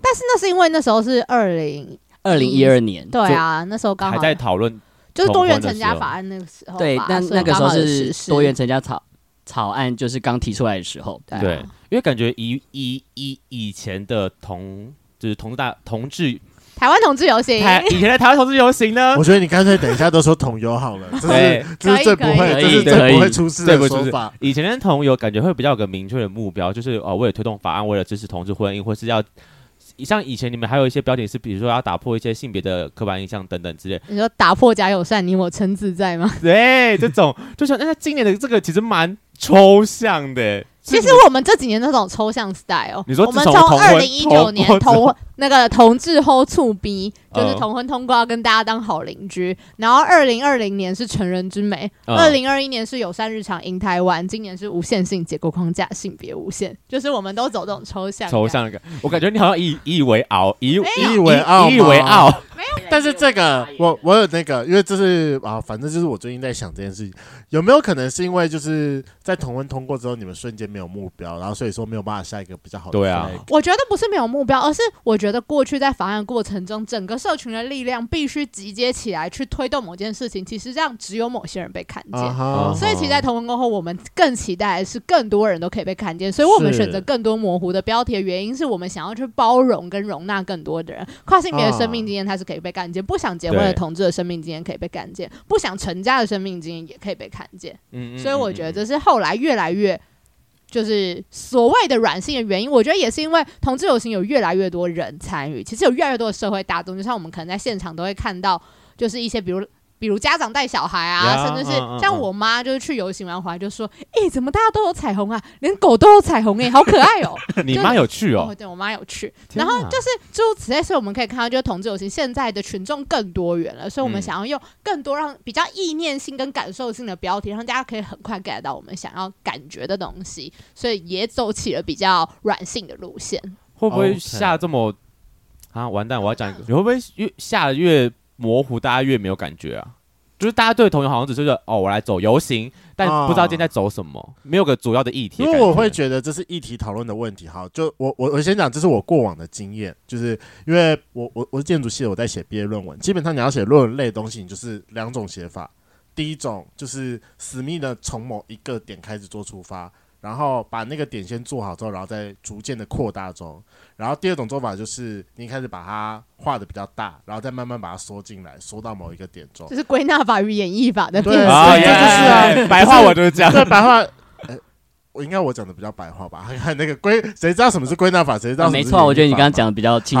但是那是因为那时候是二零，二零一二年，对啊，那时候刚还好在讨论就是多元成家法案那个时候吧，对，那所以那个刚时候好有是实施多元成家草草案，就是刚提出来的时候。对啊对，因为感觉以以以以前的同就是同大同志台湾同志游行，台以前的台湾同志游行呢我，觉得你干脆等一下都说统优好了，这对是这啊哎可以是最不会，可以这是可最以不会出事对的不说是法。以前的同游感觉会比较有个明确的目标，就是哦，为了推动法案，为了支持同志婚姻，或是要。像以前你们还有一些标点是，比如说要打破一些性别的刻板印象等等之类，你说打破假友善，你我称自在吗？对这种，就是那今年的这个其实蛮抽象的。其实我们这几年都是那种抽象 style，你说我们自从从同二婚零一九年通过之后同那个同志后促逼，就是嗯同婚通过要跟大家当好邻居，然后二零二零年是成人之美，嗯二零二一年是友善日常迎台湾，今年是无限性结构框架性别无限，就是我们都走这种抽象感抽，象的，我感觉你好像以以为傲，以以为傲以以为吗傲，但是这个，我我有那个，因为这是啊，反正就是我最近在想这件事情，有没有可能是因为就是在同婚通过之后，你们瞬间没有目标，然后所以说没有办法下一个比较好的对啊 flag 我觉得不是没有目标，而是我觉得过去在法案过程中，整个社群的力量必须集结起来去推动某件事情，其实让只有某些人被看见。啊哈嗯所以，其实，在同文过后，我们更期待的是更多人都可以被看见。所以我们是选择更多模糊的标题的原因，是我们想要去包容跟容纳更多的人。跨性别的生命经验，它是可以被看见；不想结婚的啊对同志的生命经验可以被看见；不想成家的生命经验也可以被看见。嗯所以，我觉得这是后来越来越。就是所谓的软性的原因，我觉得也是因为同志游行有越来越多人参与，其实有越来越多的社会大众，就像我们可能在现场都会看到，就是一些比如比如家长带小孩啊，呀甚至是嗯嗯像嗯我妈就是去游行完回来就说，诶，怎么大家都有彩虹啊，连狗都有彩虹诶，好可爱哦、嗯嗯你妈有去哦哦，，对我妈有去，天然后哪就是诸如此类，所以我们可以看到，就是同志游行现在的群众更多元了，所以我们嗯想要用更多让比较意念性跟感受性的标题，让大家可以很快 get 到我们想要感觉的东西，所以也走起了比较软性的路线。会不会哦 OK 下这么啊？完蛋，我要讲嗯一个，你会不会越下得越模糊，大家越没有感觉啊？就是大家对同游好像只是觉得哦，我来走游行，但啊不知道今天在走什么，没有个主要的议题。因为我会感觉得这是议题讨论的问题。好，就我我我先讲，这是我过往的经验，就是因为我我我是建筑系的，我在写毕业论文，基本上你要写论文类的东西，你就是两种写法。第一种就是死命的从某一个点开始做出发，然后把那个点先做好之后，然后再逐渐的扩大中。然后第二种做法就是，你一开始把它画的比较大，然后再慢慢把它缩进来，缩到某一个点中这。是归纳法与演绎法的对变对啊，所以耶这就是啊哎白话我就是 这样。对，白话，呃，我应该我讲的比较白话吧？ 看那个归，谁知道什么是归纳法，谁知道啊什么没是错，我觉得你演绎法刚刚嘛讲的比较清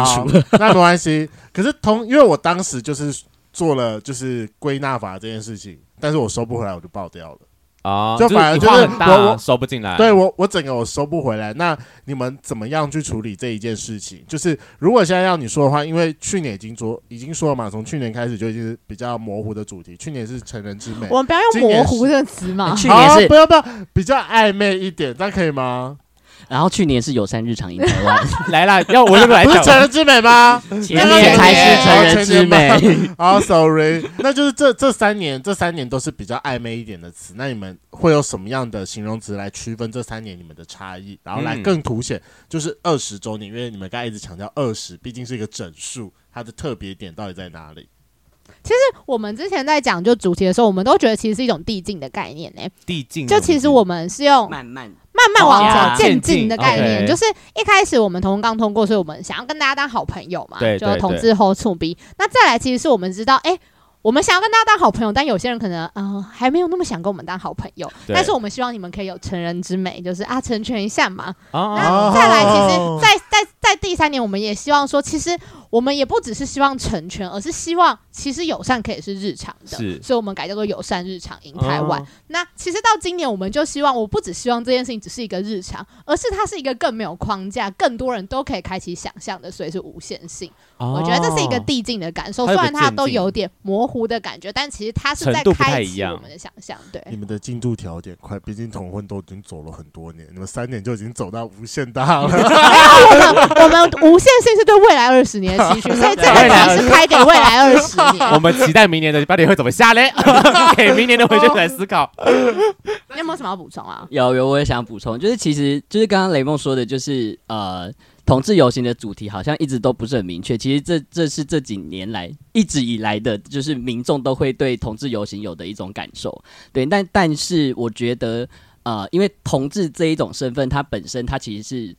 好， 楚。那没关系。可是同，因为我当时就是做了就是归纳法这件事情，但是我收不回来，我就爆掉了。啊，就反而是就是你话很大我我收不进啊来。对我，我整个我收不回来。那你们怎么样去处理这一件事情？就是如果现在要你说的话，因为去年已经说已经说了嘛，从去年开始就已经是比较模糊的主题。去年是成人之美，我们不要用今模年糊是这个词嘛。去年好啊是，不要不要，比较暧昧一点，这样可以吗？然后去年是友善日常赢 台湾，来啦，要我就来不是讲。成人之美吗？ 前年才是成人之 美。啊、s o r r y 那就是这这三年，这三年都是比较暧昧一点的词。那你们会有什么样的形容词来区分这三年你们的差异，然后来嗯更凸显就是二十周年？因为你们刚才一直强调二十，毕竟是一个整数，它的特别点到底在哪里？我们之前在讲就主题的时候，我们都觉得其实是一种递进的概念呢、递进就其实我们是用慢慢，慢慢往哦前渐渐进进的概念， OK 就是一开始我们同刚通过，所以我们想要跟大家当好朋友嘛，对就对同对志后触逼。那再来，其实是我们知道，哎、我们想要跟大家当好朋友，但有些人可能嗯、呃还没有那么想跟我们当好朋友，对但是我们希望你们可以有成人之美，就是啊成全一下嘛。啊，那再来，其哦实在在在第三年，我们也希望说，其实我们也不只是希望成全，而是希望其实友善可以是日常的，是所以我们改叫做友善日常迎台湾。哦那其实到今年，我们就希望，我不只希望这件事情只是一个日常，而是它是一个更没有框架，更多人都可以开启想象的，所以是无限性。啊我觉得这是一个哦递进的感受，它虽有个然它都渐进有点模糊的感觉，但其实它是在程度不太开一启样我们的想象。对，你们的进度条有点快，毕竟同婚都已经走了很多年，你们三年就已经走到无限大 了。没有我们我们无限性是对未来二十年的期 许，所以这未个来题是开给未来二十我 年。们期待明年的八点会怎么 下嘞？给明年的回去来思考。哦你有没有什么要补充啊？有有，我也想补充，就是其实就是刚刚雷梦说的，就是呃，同志游行的主题好像一直都不是很明确。其实这这是这几年来一直以来的，就是民众都会对同志游行有的一种感受。对，但但是我觉得呃，因为同志这一种身份，它本身它其实是。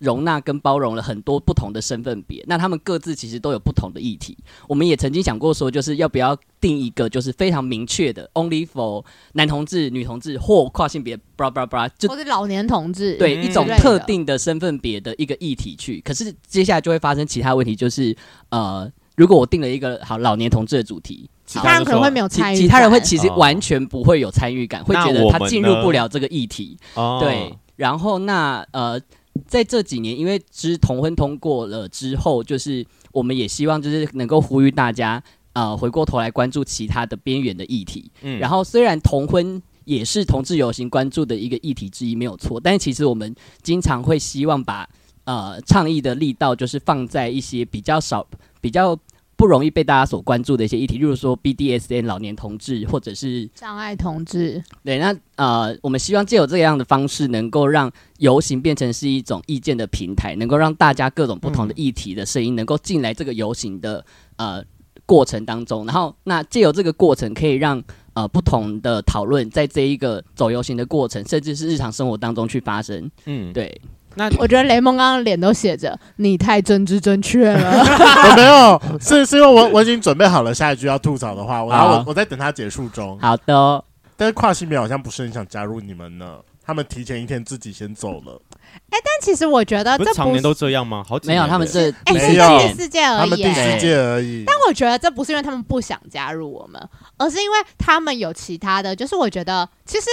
容纳跟包容了很多不同的身份别，那他们各自其实都有不同的议题。我们也曾经想过说，就是要不要定一个就是非常明确的 only for 男同志、女同志或跨性别，blah blah blah，就或是老年同志，对嗯一种哦之类的特定的身份别的一个议题去。可是接下来就会发生其他问题，就是呃，如果我定了一个好老年同志的主题，其他人可能会没有其参与感，其他人会其实哦完全不会有参与感，会那觉得我他们进入呢不了这个议题。哦对，然后那呃，在这几年，因为之同婚通过了之后，就是我们也希望就是能够呼吁大家，呃，回过头来关注其他的边缘的议题。嗯然后虽然同婚也是同志游行关注的一个议题之一，没有错，但其实我们经常会希望把呃倡议的力道就是放在一些比较少、比较不容易被大家所关注的一些议题，例如说 BDSN 老年同志，或者是障碍同志，对，那呃，我们希望借由这样的方式，能够让游行变成是一种意见的平台，能够让大家各种不同的议题的声音，能够进来这个游行的呃过程当中。然后，那借由这个过程，可以让呃不同的讨论在这一个走游行的过程，甚至是日常生活当中去发生。嗯，对，那我觉得雷蒙刚刚脸都写着“你太真知真确了哦我没有，是是因为我我已经准备好了下一句要吐槽的话，我然后我好我在等它结束中。好的哦、但是跨性别好像不是很想加入你们呢，他们提前一天自己先走了。”。 但其实我觉得不这是常不年是都这样吗？好几没有年他们了这哎第没四是有第件。四届而他们已第耶。四届而已。呃但我觉得这不是因为他们不想加入我们，而是因为他们有其他的。就是我觉得其实。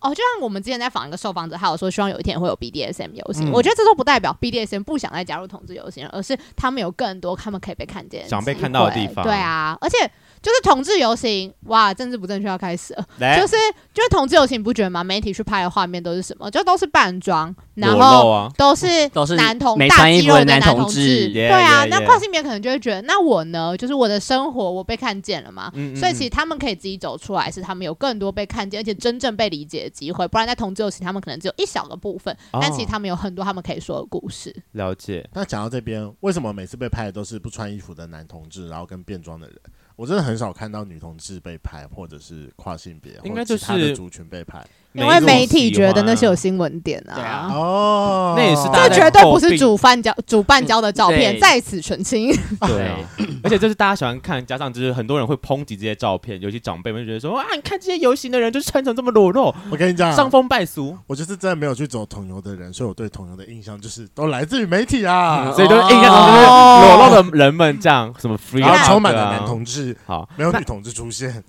哦，就像我们之前在访一个受访者，他有说希望有一天会有 BDSM 游嗯行。我觉得这都不代表 BDSM 不想再加入同志游行了，而是他们有更多他们可以被看见的想被机看到的会地方对啊，而且就是同志游行，哇，政治不正确要开 始了。来就是就是同志游行，你不觉得吗？媒体去拍的画面都是什么？就都是扮装，然裸后露啊，都是都是男同没大穿肌衣服肉的的男同同志，yeah，对啊 yeah，那 yeah 跨性别可能就会觉得，那我呢，就是我的生活我被看见了嘛。嗯嗯所以嗯其实他们可以自己走出来，是他们有更多被看见，而且真正被理解的机会。不然在同志游行，他们可能只有一小个部分，但其实哦他们有很多他们可以说的故事。了解那讲到这边，为什么每次被拍的都是不穿衣服的男同志，然后跟变装的人，我真的很少看到女同志被拍，或者是跨性别，应该就是他的族群被拍。因为媒体觉得那是有有新闻点对啊啊。哦，那也是大这家绝对不诟是病主犯交主办交的照片，对在此澄清。 对啊，而且就是大家喜欢看，加上就是很多人会抨击这些照片，尤其长辈们就觉得说啊，你看这些游行的人就是穿成这么裸露，我跟你嗯讲，伤风败俗，我就是真的没有去走同游的人，所以我对同游的印象就是都来自于媒体啊，所以就是哎应该就是裸露的人们这样，什么 free，然后 hug 充满了啊男同志，好，没有女同志出现。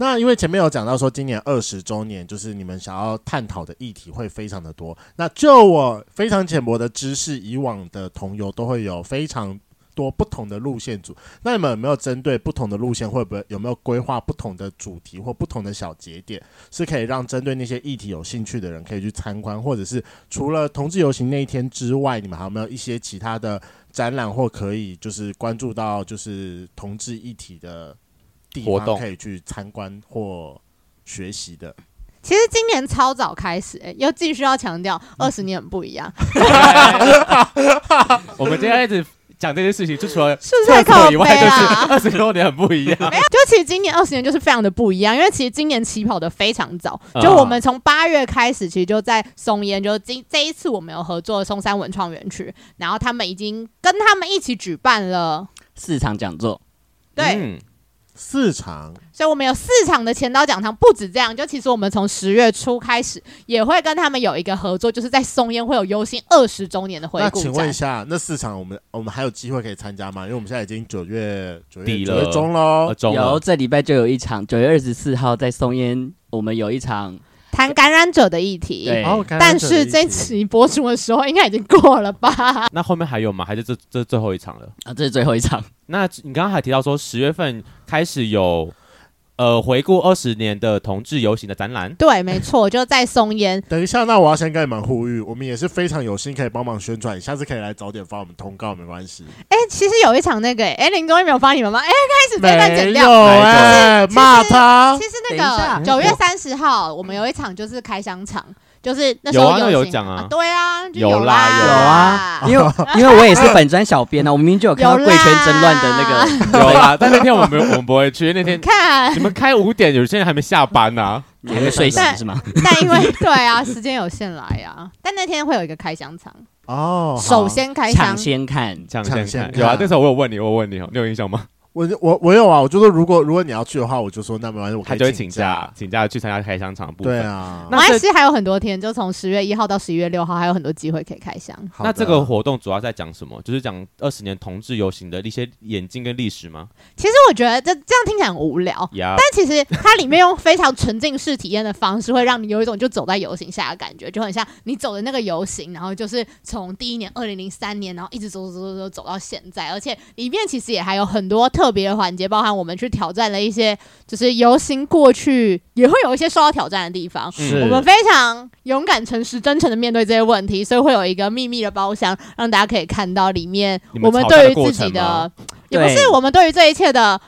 那因为前面有讲到说，今年二十周年，就是你们想要探讨的议题会非常的多。那就我非常浅薄的知识，以往的同游都会有非常多不同的路线组。那你们有没有针对不同的路线，会不会有没有规划不同的主题或不同的小节点，是可以让针对那些议题有兴趣的人可以去参观，或者是除了同志游行那一天之外，你们还有没有一些其他的展览或可以就是关注到就是同志议题的地活方动可以去参观或学习的？其实今年超早开始、欸，又继续要强调，二十年很不一样， 我们今天一直讲这些事情，就除了是不是太 厕所靠以背外，就是啊？二十多年很不一样。没有，就其实今年二十年就是非常的不一样，因为其实今年起跑的非常早，嗯就我们从八月开始，其实就在松烟，就是今这一次我们有合作松山文创园区，然后他们已经跟他们一起举办了，四场讲座， 对，嗯四场所以我们有四场的前导讲堂，不止这样，就其实我们从十月初开始也会跟他们有一个合作，就是在松烟会有优先二十周年的回那顾请问一展。下，那四场我们我们还有机会可以参加吗？因为我们现在已经九月九月底九月了中喽呃，中有了这礼拜就有一场，九月二十四号在松烟，我们有一场，谈感染者的议题，对哦感染但者是的这议题期播出的时候应该已经过了吧？那后面还有吗？还是这这最后一场了？啊，这是最后一场，那你刚刚还提到说十月份开始有呃回顾二十年的同志游行的展览， 对，没错，就在松烟。等一下，那我要先跟你们呼吁，我们也是非常有心可以帮忙宣传，下次可以来早点发我们通告，没关系。哎、其实有一场那个、哎、林哥没有发你们吗？哎、开始这段剪没有掉。哎、其实骂他其实那等一个下九月三十号，我们有一场就是开箱场，就是那时有候啊那有有行讲啊对啊，就有有啦有啊， 因为因为我也是本专小编啊，我明明就有看到有贵啦圈争乱的那 个，有啊啦，但那天我们没有，我们不会去，因为那 天你看，你们开五点，有些人还没下班啊呢、你还没睡醒是吗？但因为 对啊，时间有限来啊，但那天会有一个开箱场，哦。好首，先开箱抢，先看，这样抢想先看看有啊，那时候我有问你，我有问你哦，你有印象吗？我我我有啊，我就说如果如果你要去的话，我就说那没关系，我可他以就会请请假，。请假去参加开商场的部分。对啊，没那关系，还有很多天，就从十月一号到十一月六号，还有很多机会可以开箱。好的那啊这个活动主要在讲什么？就是讲二十年同志游行的一些演进跟历史吗？其实我觉得这这样听起来很无聊，呀、但其实它里面用非常沉浸式体验的方式，会让你有一种就走在游行下的感觉，就很像你走的那个游行，然后就是从第一年二零零三年，然后一直走走走走走到现在，而且里面其实也还有很多特别的环节，包含我们去挑战了一些，就是游行过去也会有一些受到挑战的地方。是我们非常勇敢、诚实、真诚的面对这些问题，所以会有一个秘密的包厢，让大家可以看到里面你我们们吵架对的于过自己程的吗，也不对是我们对于这一切的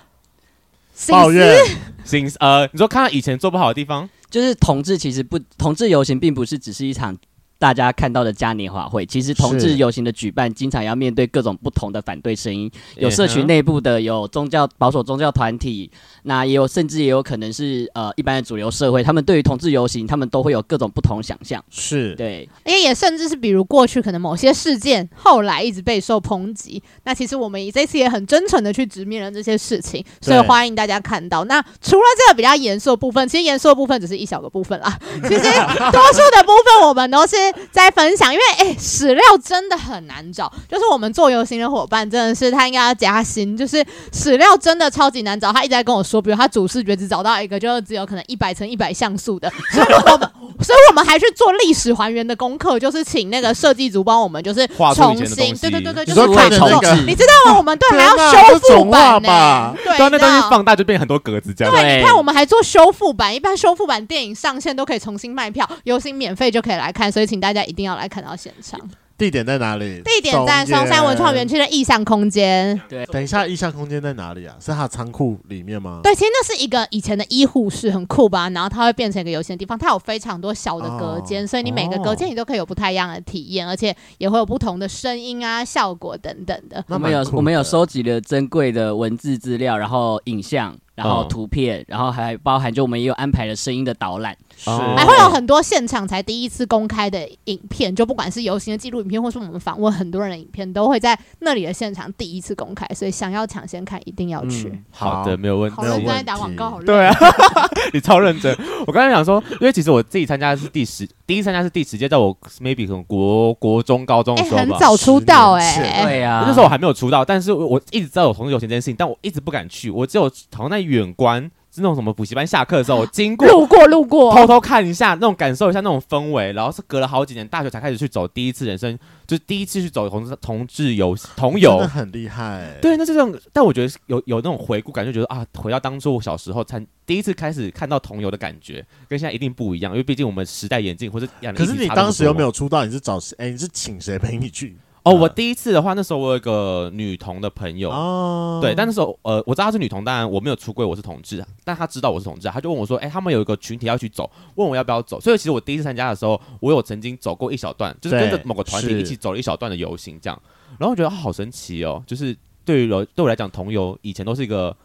心抱思怨行，呃，你说看到以前做不好的地方，就是同志其实不，同志游行并不是只是一场大家看到的嘉年华会，其实同是志游行的举办，经常要面对各种不同的反对声音，有社群嗯内部的，有宗教保守宗教团体，那也有甚至也有可能是呃一般的主流社会，他们对于同志游行，他们都会有各种不同想象。是对，因哎为也甚至是比如过去可能某些事件，后来一直备受抨击。那其实我们这次也很真诚的去直面了这些事情，所以对欢迎大家看到。那除了这个比较严肃的部分，其实严肃的部分只是一小个部分啦。其实多数的部分我们都是在分享，因为哎、史料真的很难找，就是我们做游行的伙伴真的是他应该要加薪，就是史料真的超级难找。他一直在跟我说，比如他主视觉只找到一个，就是只有可能一百乘一百像素 的，所以我们所以我们还去做历史还原的功课，就是请那个设计组帮我们就是画出以重前的新，东西对对对对，你就是说画看着那重个你知道吗？我们队还要天哪修这复种话版呢、吧对，对啊，那你知东道西放大就变很多格子这样。对，对你看我们还做修复版，一般修复版电影上线都可以重新卖票，游行免费就可以来看，所以请大家一定要来看到现场。地点在哪里？地点在中间松山文创园。区的意向空间。对，等一下，意向空间在哪里啊？是他的仓库里面吗？对，其实那是一个以前的医护室，很酷吧？然后它会变成一个游戏的地方，它有非常多小的隔间，所以你每个隔间你都可以有不太一样的体验，而且也会有不同的声音啊、效果等等的。那我们蛮有酷的我们有收集了珍贵的文字资料，然后影像，然后哦嗯图片，然后还包含就我们也有安排了声音的导览。是哦还会有很多现场才第一次公开的影片，就不管是游行的记录影片，或是我们访问很多人的影片，都会在那里的现场第一次公开，所以想要抢先看，一定要去。嗯好的，没有问题好没有认真问在打广题告，好累。对啊， 你超认真。我刚才想说，因为其实我自己参加的是第十，第一次参加是第十届，在我 maybe 可能国国中、高中的哎、时候很吧。早出道哎、十年前对啊，那时候我还没有出道，但是我我一直知道有同志游行这件事情，但我一直不敢去。我只有好像在远观，是那种什么补习班下课的时候，我经过路过路哦过，偷偷看一下，那种感受一下那种氛围，然后是隔了好几年大学才开始去走第一次人生，就是第一次去走同志同志游同真游的。很厉 害。欸对，那是这种，但我觉得是有有那种回顾感，就觉得啊，回到当初我小时候参第一次开始看到同游的感觉，跟现在一定不一样，因为毕竟我们时代眼镜或者养可是你当时有没有？有出道？你是找谁？哎，你是请谁陪你 去？哦，我第一次的话，那时候我有一个女同的朋友，哦，对，但那时候呃，我知道她是女同，当然我没有出柜，我是同志，啊但她知道我是同志，她就问我说，哎、他们有一个群体要去走，问我要不要走。所以其实我第一次参加的时候，我有曾经走过一小段，就是对跟着某个团体是一起走了一小段的游行这样，然后我觉得、啊好神奇哦，就是对于我对我来讲，同游以前都是一个。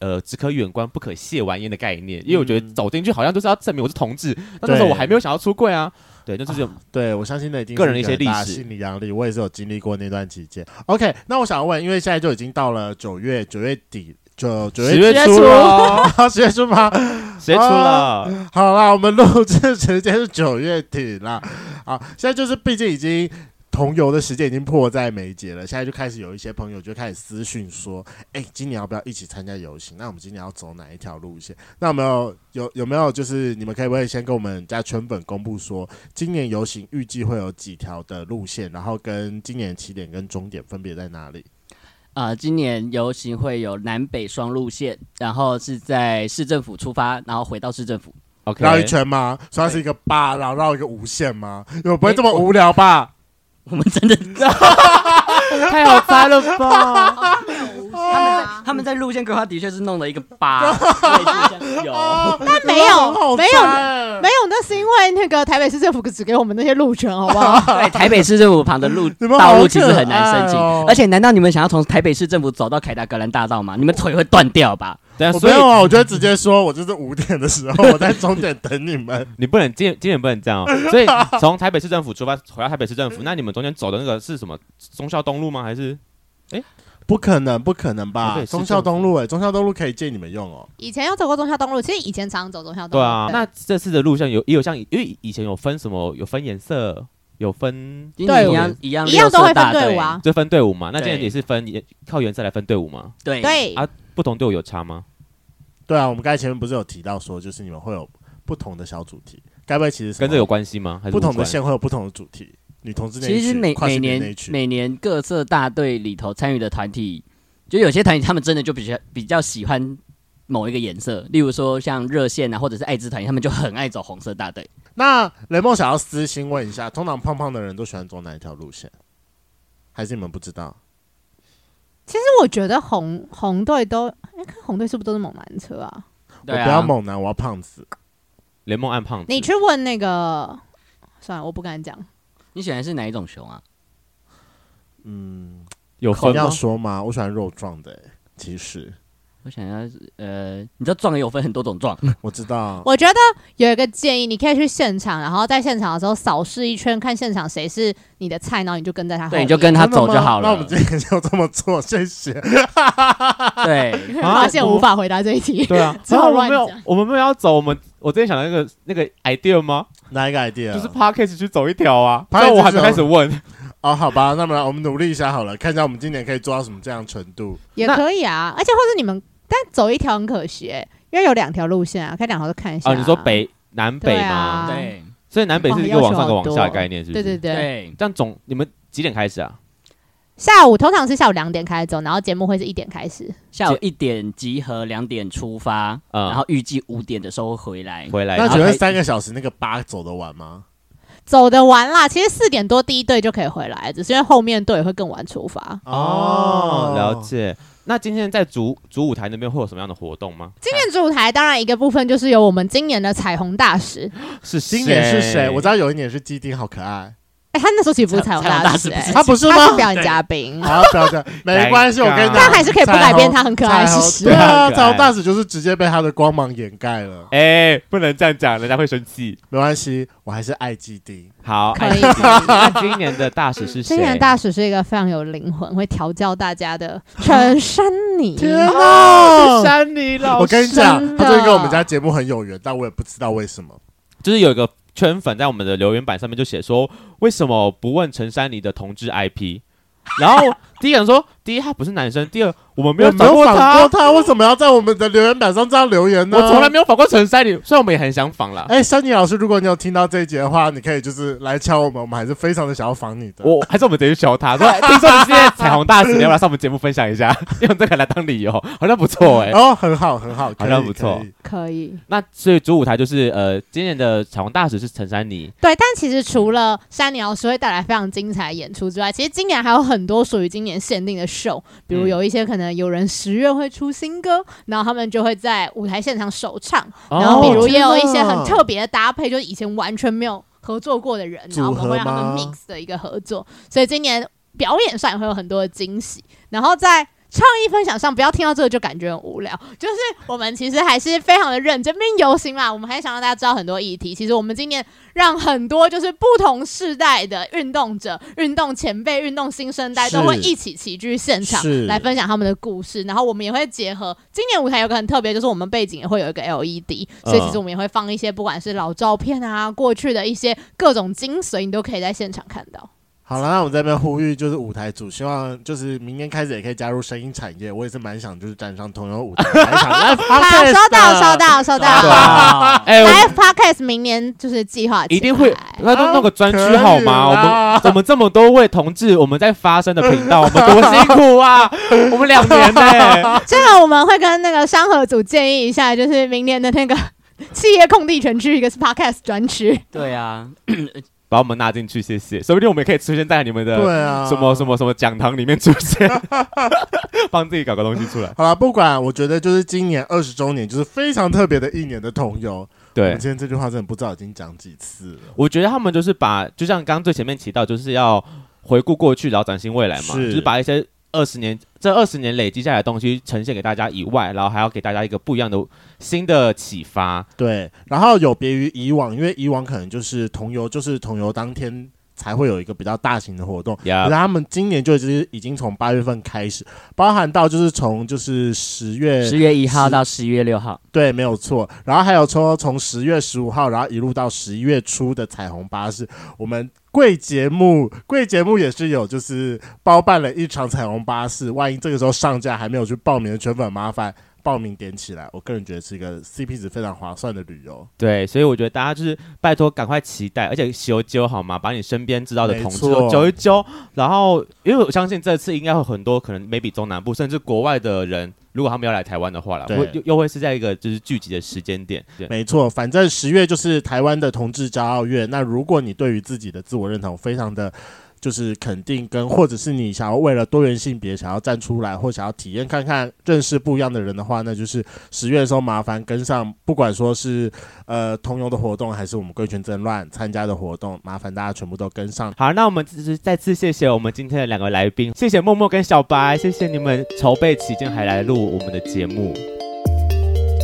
呃，只可远观不可亵玩焉的概念，因为我觉得嗯走进去好像就是要证明我是同志，但那时候对我还没有想要出柜啊。对，那就是、对，我相信那一定是个人的一些很大历史心理压力，我也是有经历过那段期间。OK，那我想问，因为现在就已经到了九月，九月底，九九十月月月初初了 哦，啊，十月初吗？十月初啊了，好啦，我们录制时间是九月底啦。好，现在就是毕竟已经同游的时间已经迫在眉睫了，现在就开始有一些朋友就开始私讯说，哎、今年要不要一起参加游行？那我们今年要走哪一条路线？那有没有有有没有就是你们可以不可以先跟我们家圈粉公布说，今年游行预计会有几条的路线，然后跟今年起点跟终点分别在哪里？呃，今年游行会有南北双路线，然后是在市政府出发，然后回到市政府。 ，OK，绕一圈吗？所以它是一个八，然后绕一个无限吗？有哎不会这么无聊吧？我们 真的，太好猜了吧？他们在他们在路线规划的确是弄了一个 八，类似像有。但没很哦好有没有猜没有，那是因为那个台北市政府只给我们那些路权，好 不好？对，台北市政府旁的路 你们好道路其实很难申请可爱哦，而且难道你们想要从台北市政府走到凯达格兰大道吗？你们腿会断掉吧？对啊，我所没以有啊，我就直接说，我就是五点的时候，我在终点等你们。你不能今天今天不能这 样、哦，所以从台北市政府出发回到台北市政府，那你们中间走的那个是什么忠孝东路吗？还是不可能，不可能哦吧对？是忠孝东路，哎，忠孝东路可以借你们用哦。以前有走过忠孝东路，其实以前常走忠孝东对路。啊？那这次的路线有也有像以因为以前有分什么有分颜色，有分今年对一样一样一样都六会色分大队队伍啊，就分队伍嘛，那今天对也是分颜靠颜色来分队伍嘛，对对啊不同队伍有差吗？对啊，我们刚才前面不是有提到说，就是你们会有不同的小主题，该不会其实什么跟这有关系吗？还是不同的无关线会有不同的主题？女同志那一其实区每跨每性别那一年区每年各色大队里头参与的团体，就有些团体他们真的就比较比较喜欢某一个颜色，例如说像热线啊，或者是爱之团体，他们就很爱走红色大队。那雷梦想要私心问一下，通常胖胖的人都喜欢走哪一条路线？还是你们不知道？其实我觉得红红队都，哎，看红队是不是都是猛男车嗯啊？对我不要啊，猛男，我要胖子。联盟暗胖子，你去问那个，算了，我不敢讲。你喜欢是哪一种熊啊？嗯，有你分要吗？说吗？我喜欢肉壮的、哎其实我想要是呃，你知道壮也有分很多种壮，我知道，我觉得有一个建议，你可以去现场，然后在现场的时候扫视一圈，看现场谁是你的菜，然后你就跟在他后 对，面。你 就跟他真的走吗就好那我们了。今天就这么做，谢谢。 对，啊发现无法回答这一题。对啊，只好啊我们乱没有讲，我们没有要走，我们我之前想的那个那个 idea 吗？哪一个 idea？就是 parkes 去走一条啊， Podcast 但我还没开始问，哦，好吧，那么我们努力一下好了，看一下我们今年可以做到什么这样的程度。 也那可以啊，而且或者你们，但走一条很可惜、欸，因为有两条路线啊，可以两条都看一下、啊，你说？北南北对吗啊？对所以南哦北是一个往上跟往下的概念，是不对是？对对，对，这样总你们几点开始啊？下午通常是下午两点开始走，然后节目会是一点开始。下午一点集合，两点出发，嗯然后预计五点的时候会回来。回来那就请问然后三个小时那个八走得完吗？走得完啦。其实四点多第一队就可以回来，只是因为后面队会更晚出发。哦，了。解。那今天在主主舞台那边会有什么样的活动吗？今年主舞台当然一个部分就是有我们今年的彩虹大使，是今年是谁？我知道道有一年是基丁，好可爱。哎、他那时候其实不是彩彩虹虹大大使、使不哎是他不是他是吗？表演嘉宾。好，不要这样，没关系，我跟你但讲，但还是可以不改变他很可爱彩事虹实对。啊，对彩虹大使就是直接被他的光芒掩盖了。哎、不能这样讲，人家会生气。没关系，我还是爱基丁。好，可哎以 那今年的大使是谁？今年大使是一个非常有灵魂，会调教大家的陈珊妮。天啊哦，哪！山里老师，我跟你讲真，的他最近跟我们家节目很有缘，但我也不知道为什么。就是有一个圈粉在我们的留言板上面就写说，为什么不问陈珊妮的同志 IP？然后第一个人说，第一他不是男生，第二我们没有没访有过访过他，他，为什么要在我们的留言板上这样留言呢？ 我从来没有访过陈珊妮，虽然我们也很想访啦。哎，珊妮老师，如果你有听到这一节的话，你可以就是来敲我们，我们还是非常的想要访你的。我还是我们直接去求他，说听 说你是彩虹大使，你要不要来上我们节目分享一下？ 用这个来当理由，好像不错哎、哦，很好，很好，好可像以不错可以可以，那所以主舞台就是呃，今年的彩虹大使是陈珊妮，对，但其实除了山鸟师会带来非常精彩的演出之外，其实今年还有很多属于今年限定的 show，比如嗯有一些可能有人十月会出新歌，然后他们就会在舞台现场首唱，哦然哦后比如也有一些很特别的搭配，就是以前完全没有合作过的人，然后我们会让他们组合吗 mix 的一个合作，所以今年表演上也会有很多的惊喜，然后在。创意分享上，不要听到这个就感觉很无聊。就是我们其实还是非常的认真，毕竟游行嘛，我们还想让大家知道很多议题。其实我们今年让很多就是不同世代的运动者、运动前辈、运动新生代是都会一起齐聚现场是，来分享他们的故事。然后我们也会结合今年舞台有个很特别，就是我们背景也会有一个 LED，所嗯以其实我们也会放一些不管是老照片啊、过去的一些各种精髓，你都可以在现场看到。好了，那我们这边呼吁就是舞台组，希望就是明年开始也可以加入声音产业。我也是蛮想就是站上同游舞台来 一场 live 好，收 podcast 到，的收。到，收啊对到。啊，哎、我来 Podcast 明年就是计划起来，一定会，那就弄个专区好吗？啊我可以啦们我们这么多位同志，我们在发声的频 道，我们多辛苦啊！我们两年呢、这个我们会跟那个商合组建议一下，就是明年的那个企业空地全区一个是 Podcast 专区。对啊，把我们纳进去，谢谢。说不定我们也可以出现在你们的对啊，什么什么什么讲堂里面出 现，帮自己搞个东西出来。好了，不管，我觉得就是今年二十周年，就是非常特别的一年的同游。我对们，今天这句话真的不知道已经讲几次了。我觉得他们就是把，就像刚刚最前面提到，就是要回顾过去，然后展现未来嘛，是就是把一些二十年这二十年累积下来的东西呈现给大家以外，然后还要给大家一个不一样的新的启发。对，然后有别于以往，因为以往可能就是同游，就是同游当天才会有一个比较大型的活动。啊可是 Yeah，他们今年就已经已经从八月份开始，包含到就是从就是嗯十月十月一号到十月六号，对，没有错。然后还有说从十月十五号，然后一路到十一月初的彩虹巴士，我们贵节目贵节目也是有就是包办了一场彩虹巴士。万一这个时候上架还没有去报名的圈粉，麻烦报名点起来。我个人觉得是一个 CP 值非常划算的旅游。对，所以我觉得大家就是拜托赶快期待，而且揪揪好吗？把你身边知道的同志没错都揪一揪，然后因为我相信这次应该会很多可能 maybe 中南部甚至国外的人，如果他们要来台湾的话啦，对会又又会是在一个就是聚集的时间点。对，没错，反正十月就是台湾的同志骄傲月。那如果你对于自己的自我认同非常的就是肯定跟，或者是你想要为了多元性别想要站出来，或想要体验看看认识不一样的人的话，那就是十月的时候麻烦跟上，不管说是呃同游的活动，还是我们贵圈争乱参加的活动，麻烦大家全部都跟上。好，那我们就是再次谢谢我们今天的两个来宾，谢谢默默跟小白，谢谢你们筹备期间还来录我们的节目。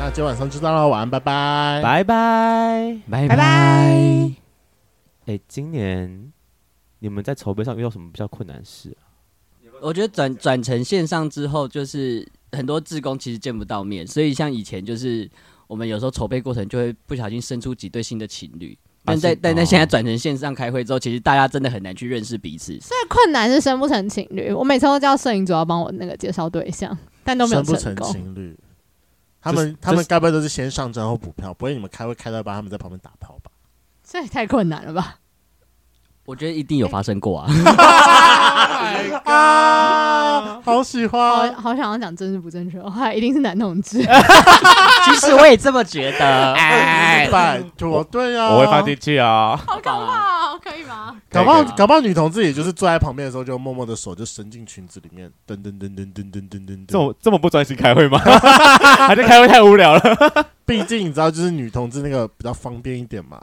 那今天晚上就到了，晚安，拜拜。拜拜。拜拜拜。哎，今年你们在筹备上遇到什么比较困难的事、啊？我觉得转转成线上之后，就是很多志工其实见不到啊面，所以像以前就是我们有时候筹备过程就会不小心生出几对新的情侣，但在是但在现在哦转成线上开会之后，其实大家真的很难去认识彼此。最困难是生不成情侣。我每次都叫摄影组要帮我那个介绍对象，但都没有生不成功。情侣。他们他们该不会都是先上妆后补票？不会你们开会开到一半他们在旁边打炮吧？这也太困难了吧？我觉得一定有发生过啊。 啊，好喜好欢！好想要讲真实不正确的话，一定是男同志。其实我也这么觉得。 哎，拜托，对呀、我会放进去啊。好可怕、哦，可以吗？搞不好可以可以搞不好女同志也就是坐在旁边的时候，就默默的手就伸进裙子里面，噔噔噔噔噔噔噔噔这噔。么这么不专心开会 吗？还是开会太无聊了？毕竟你知道，就是女同志那个比较方便一点嘛，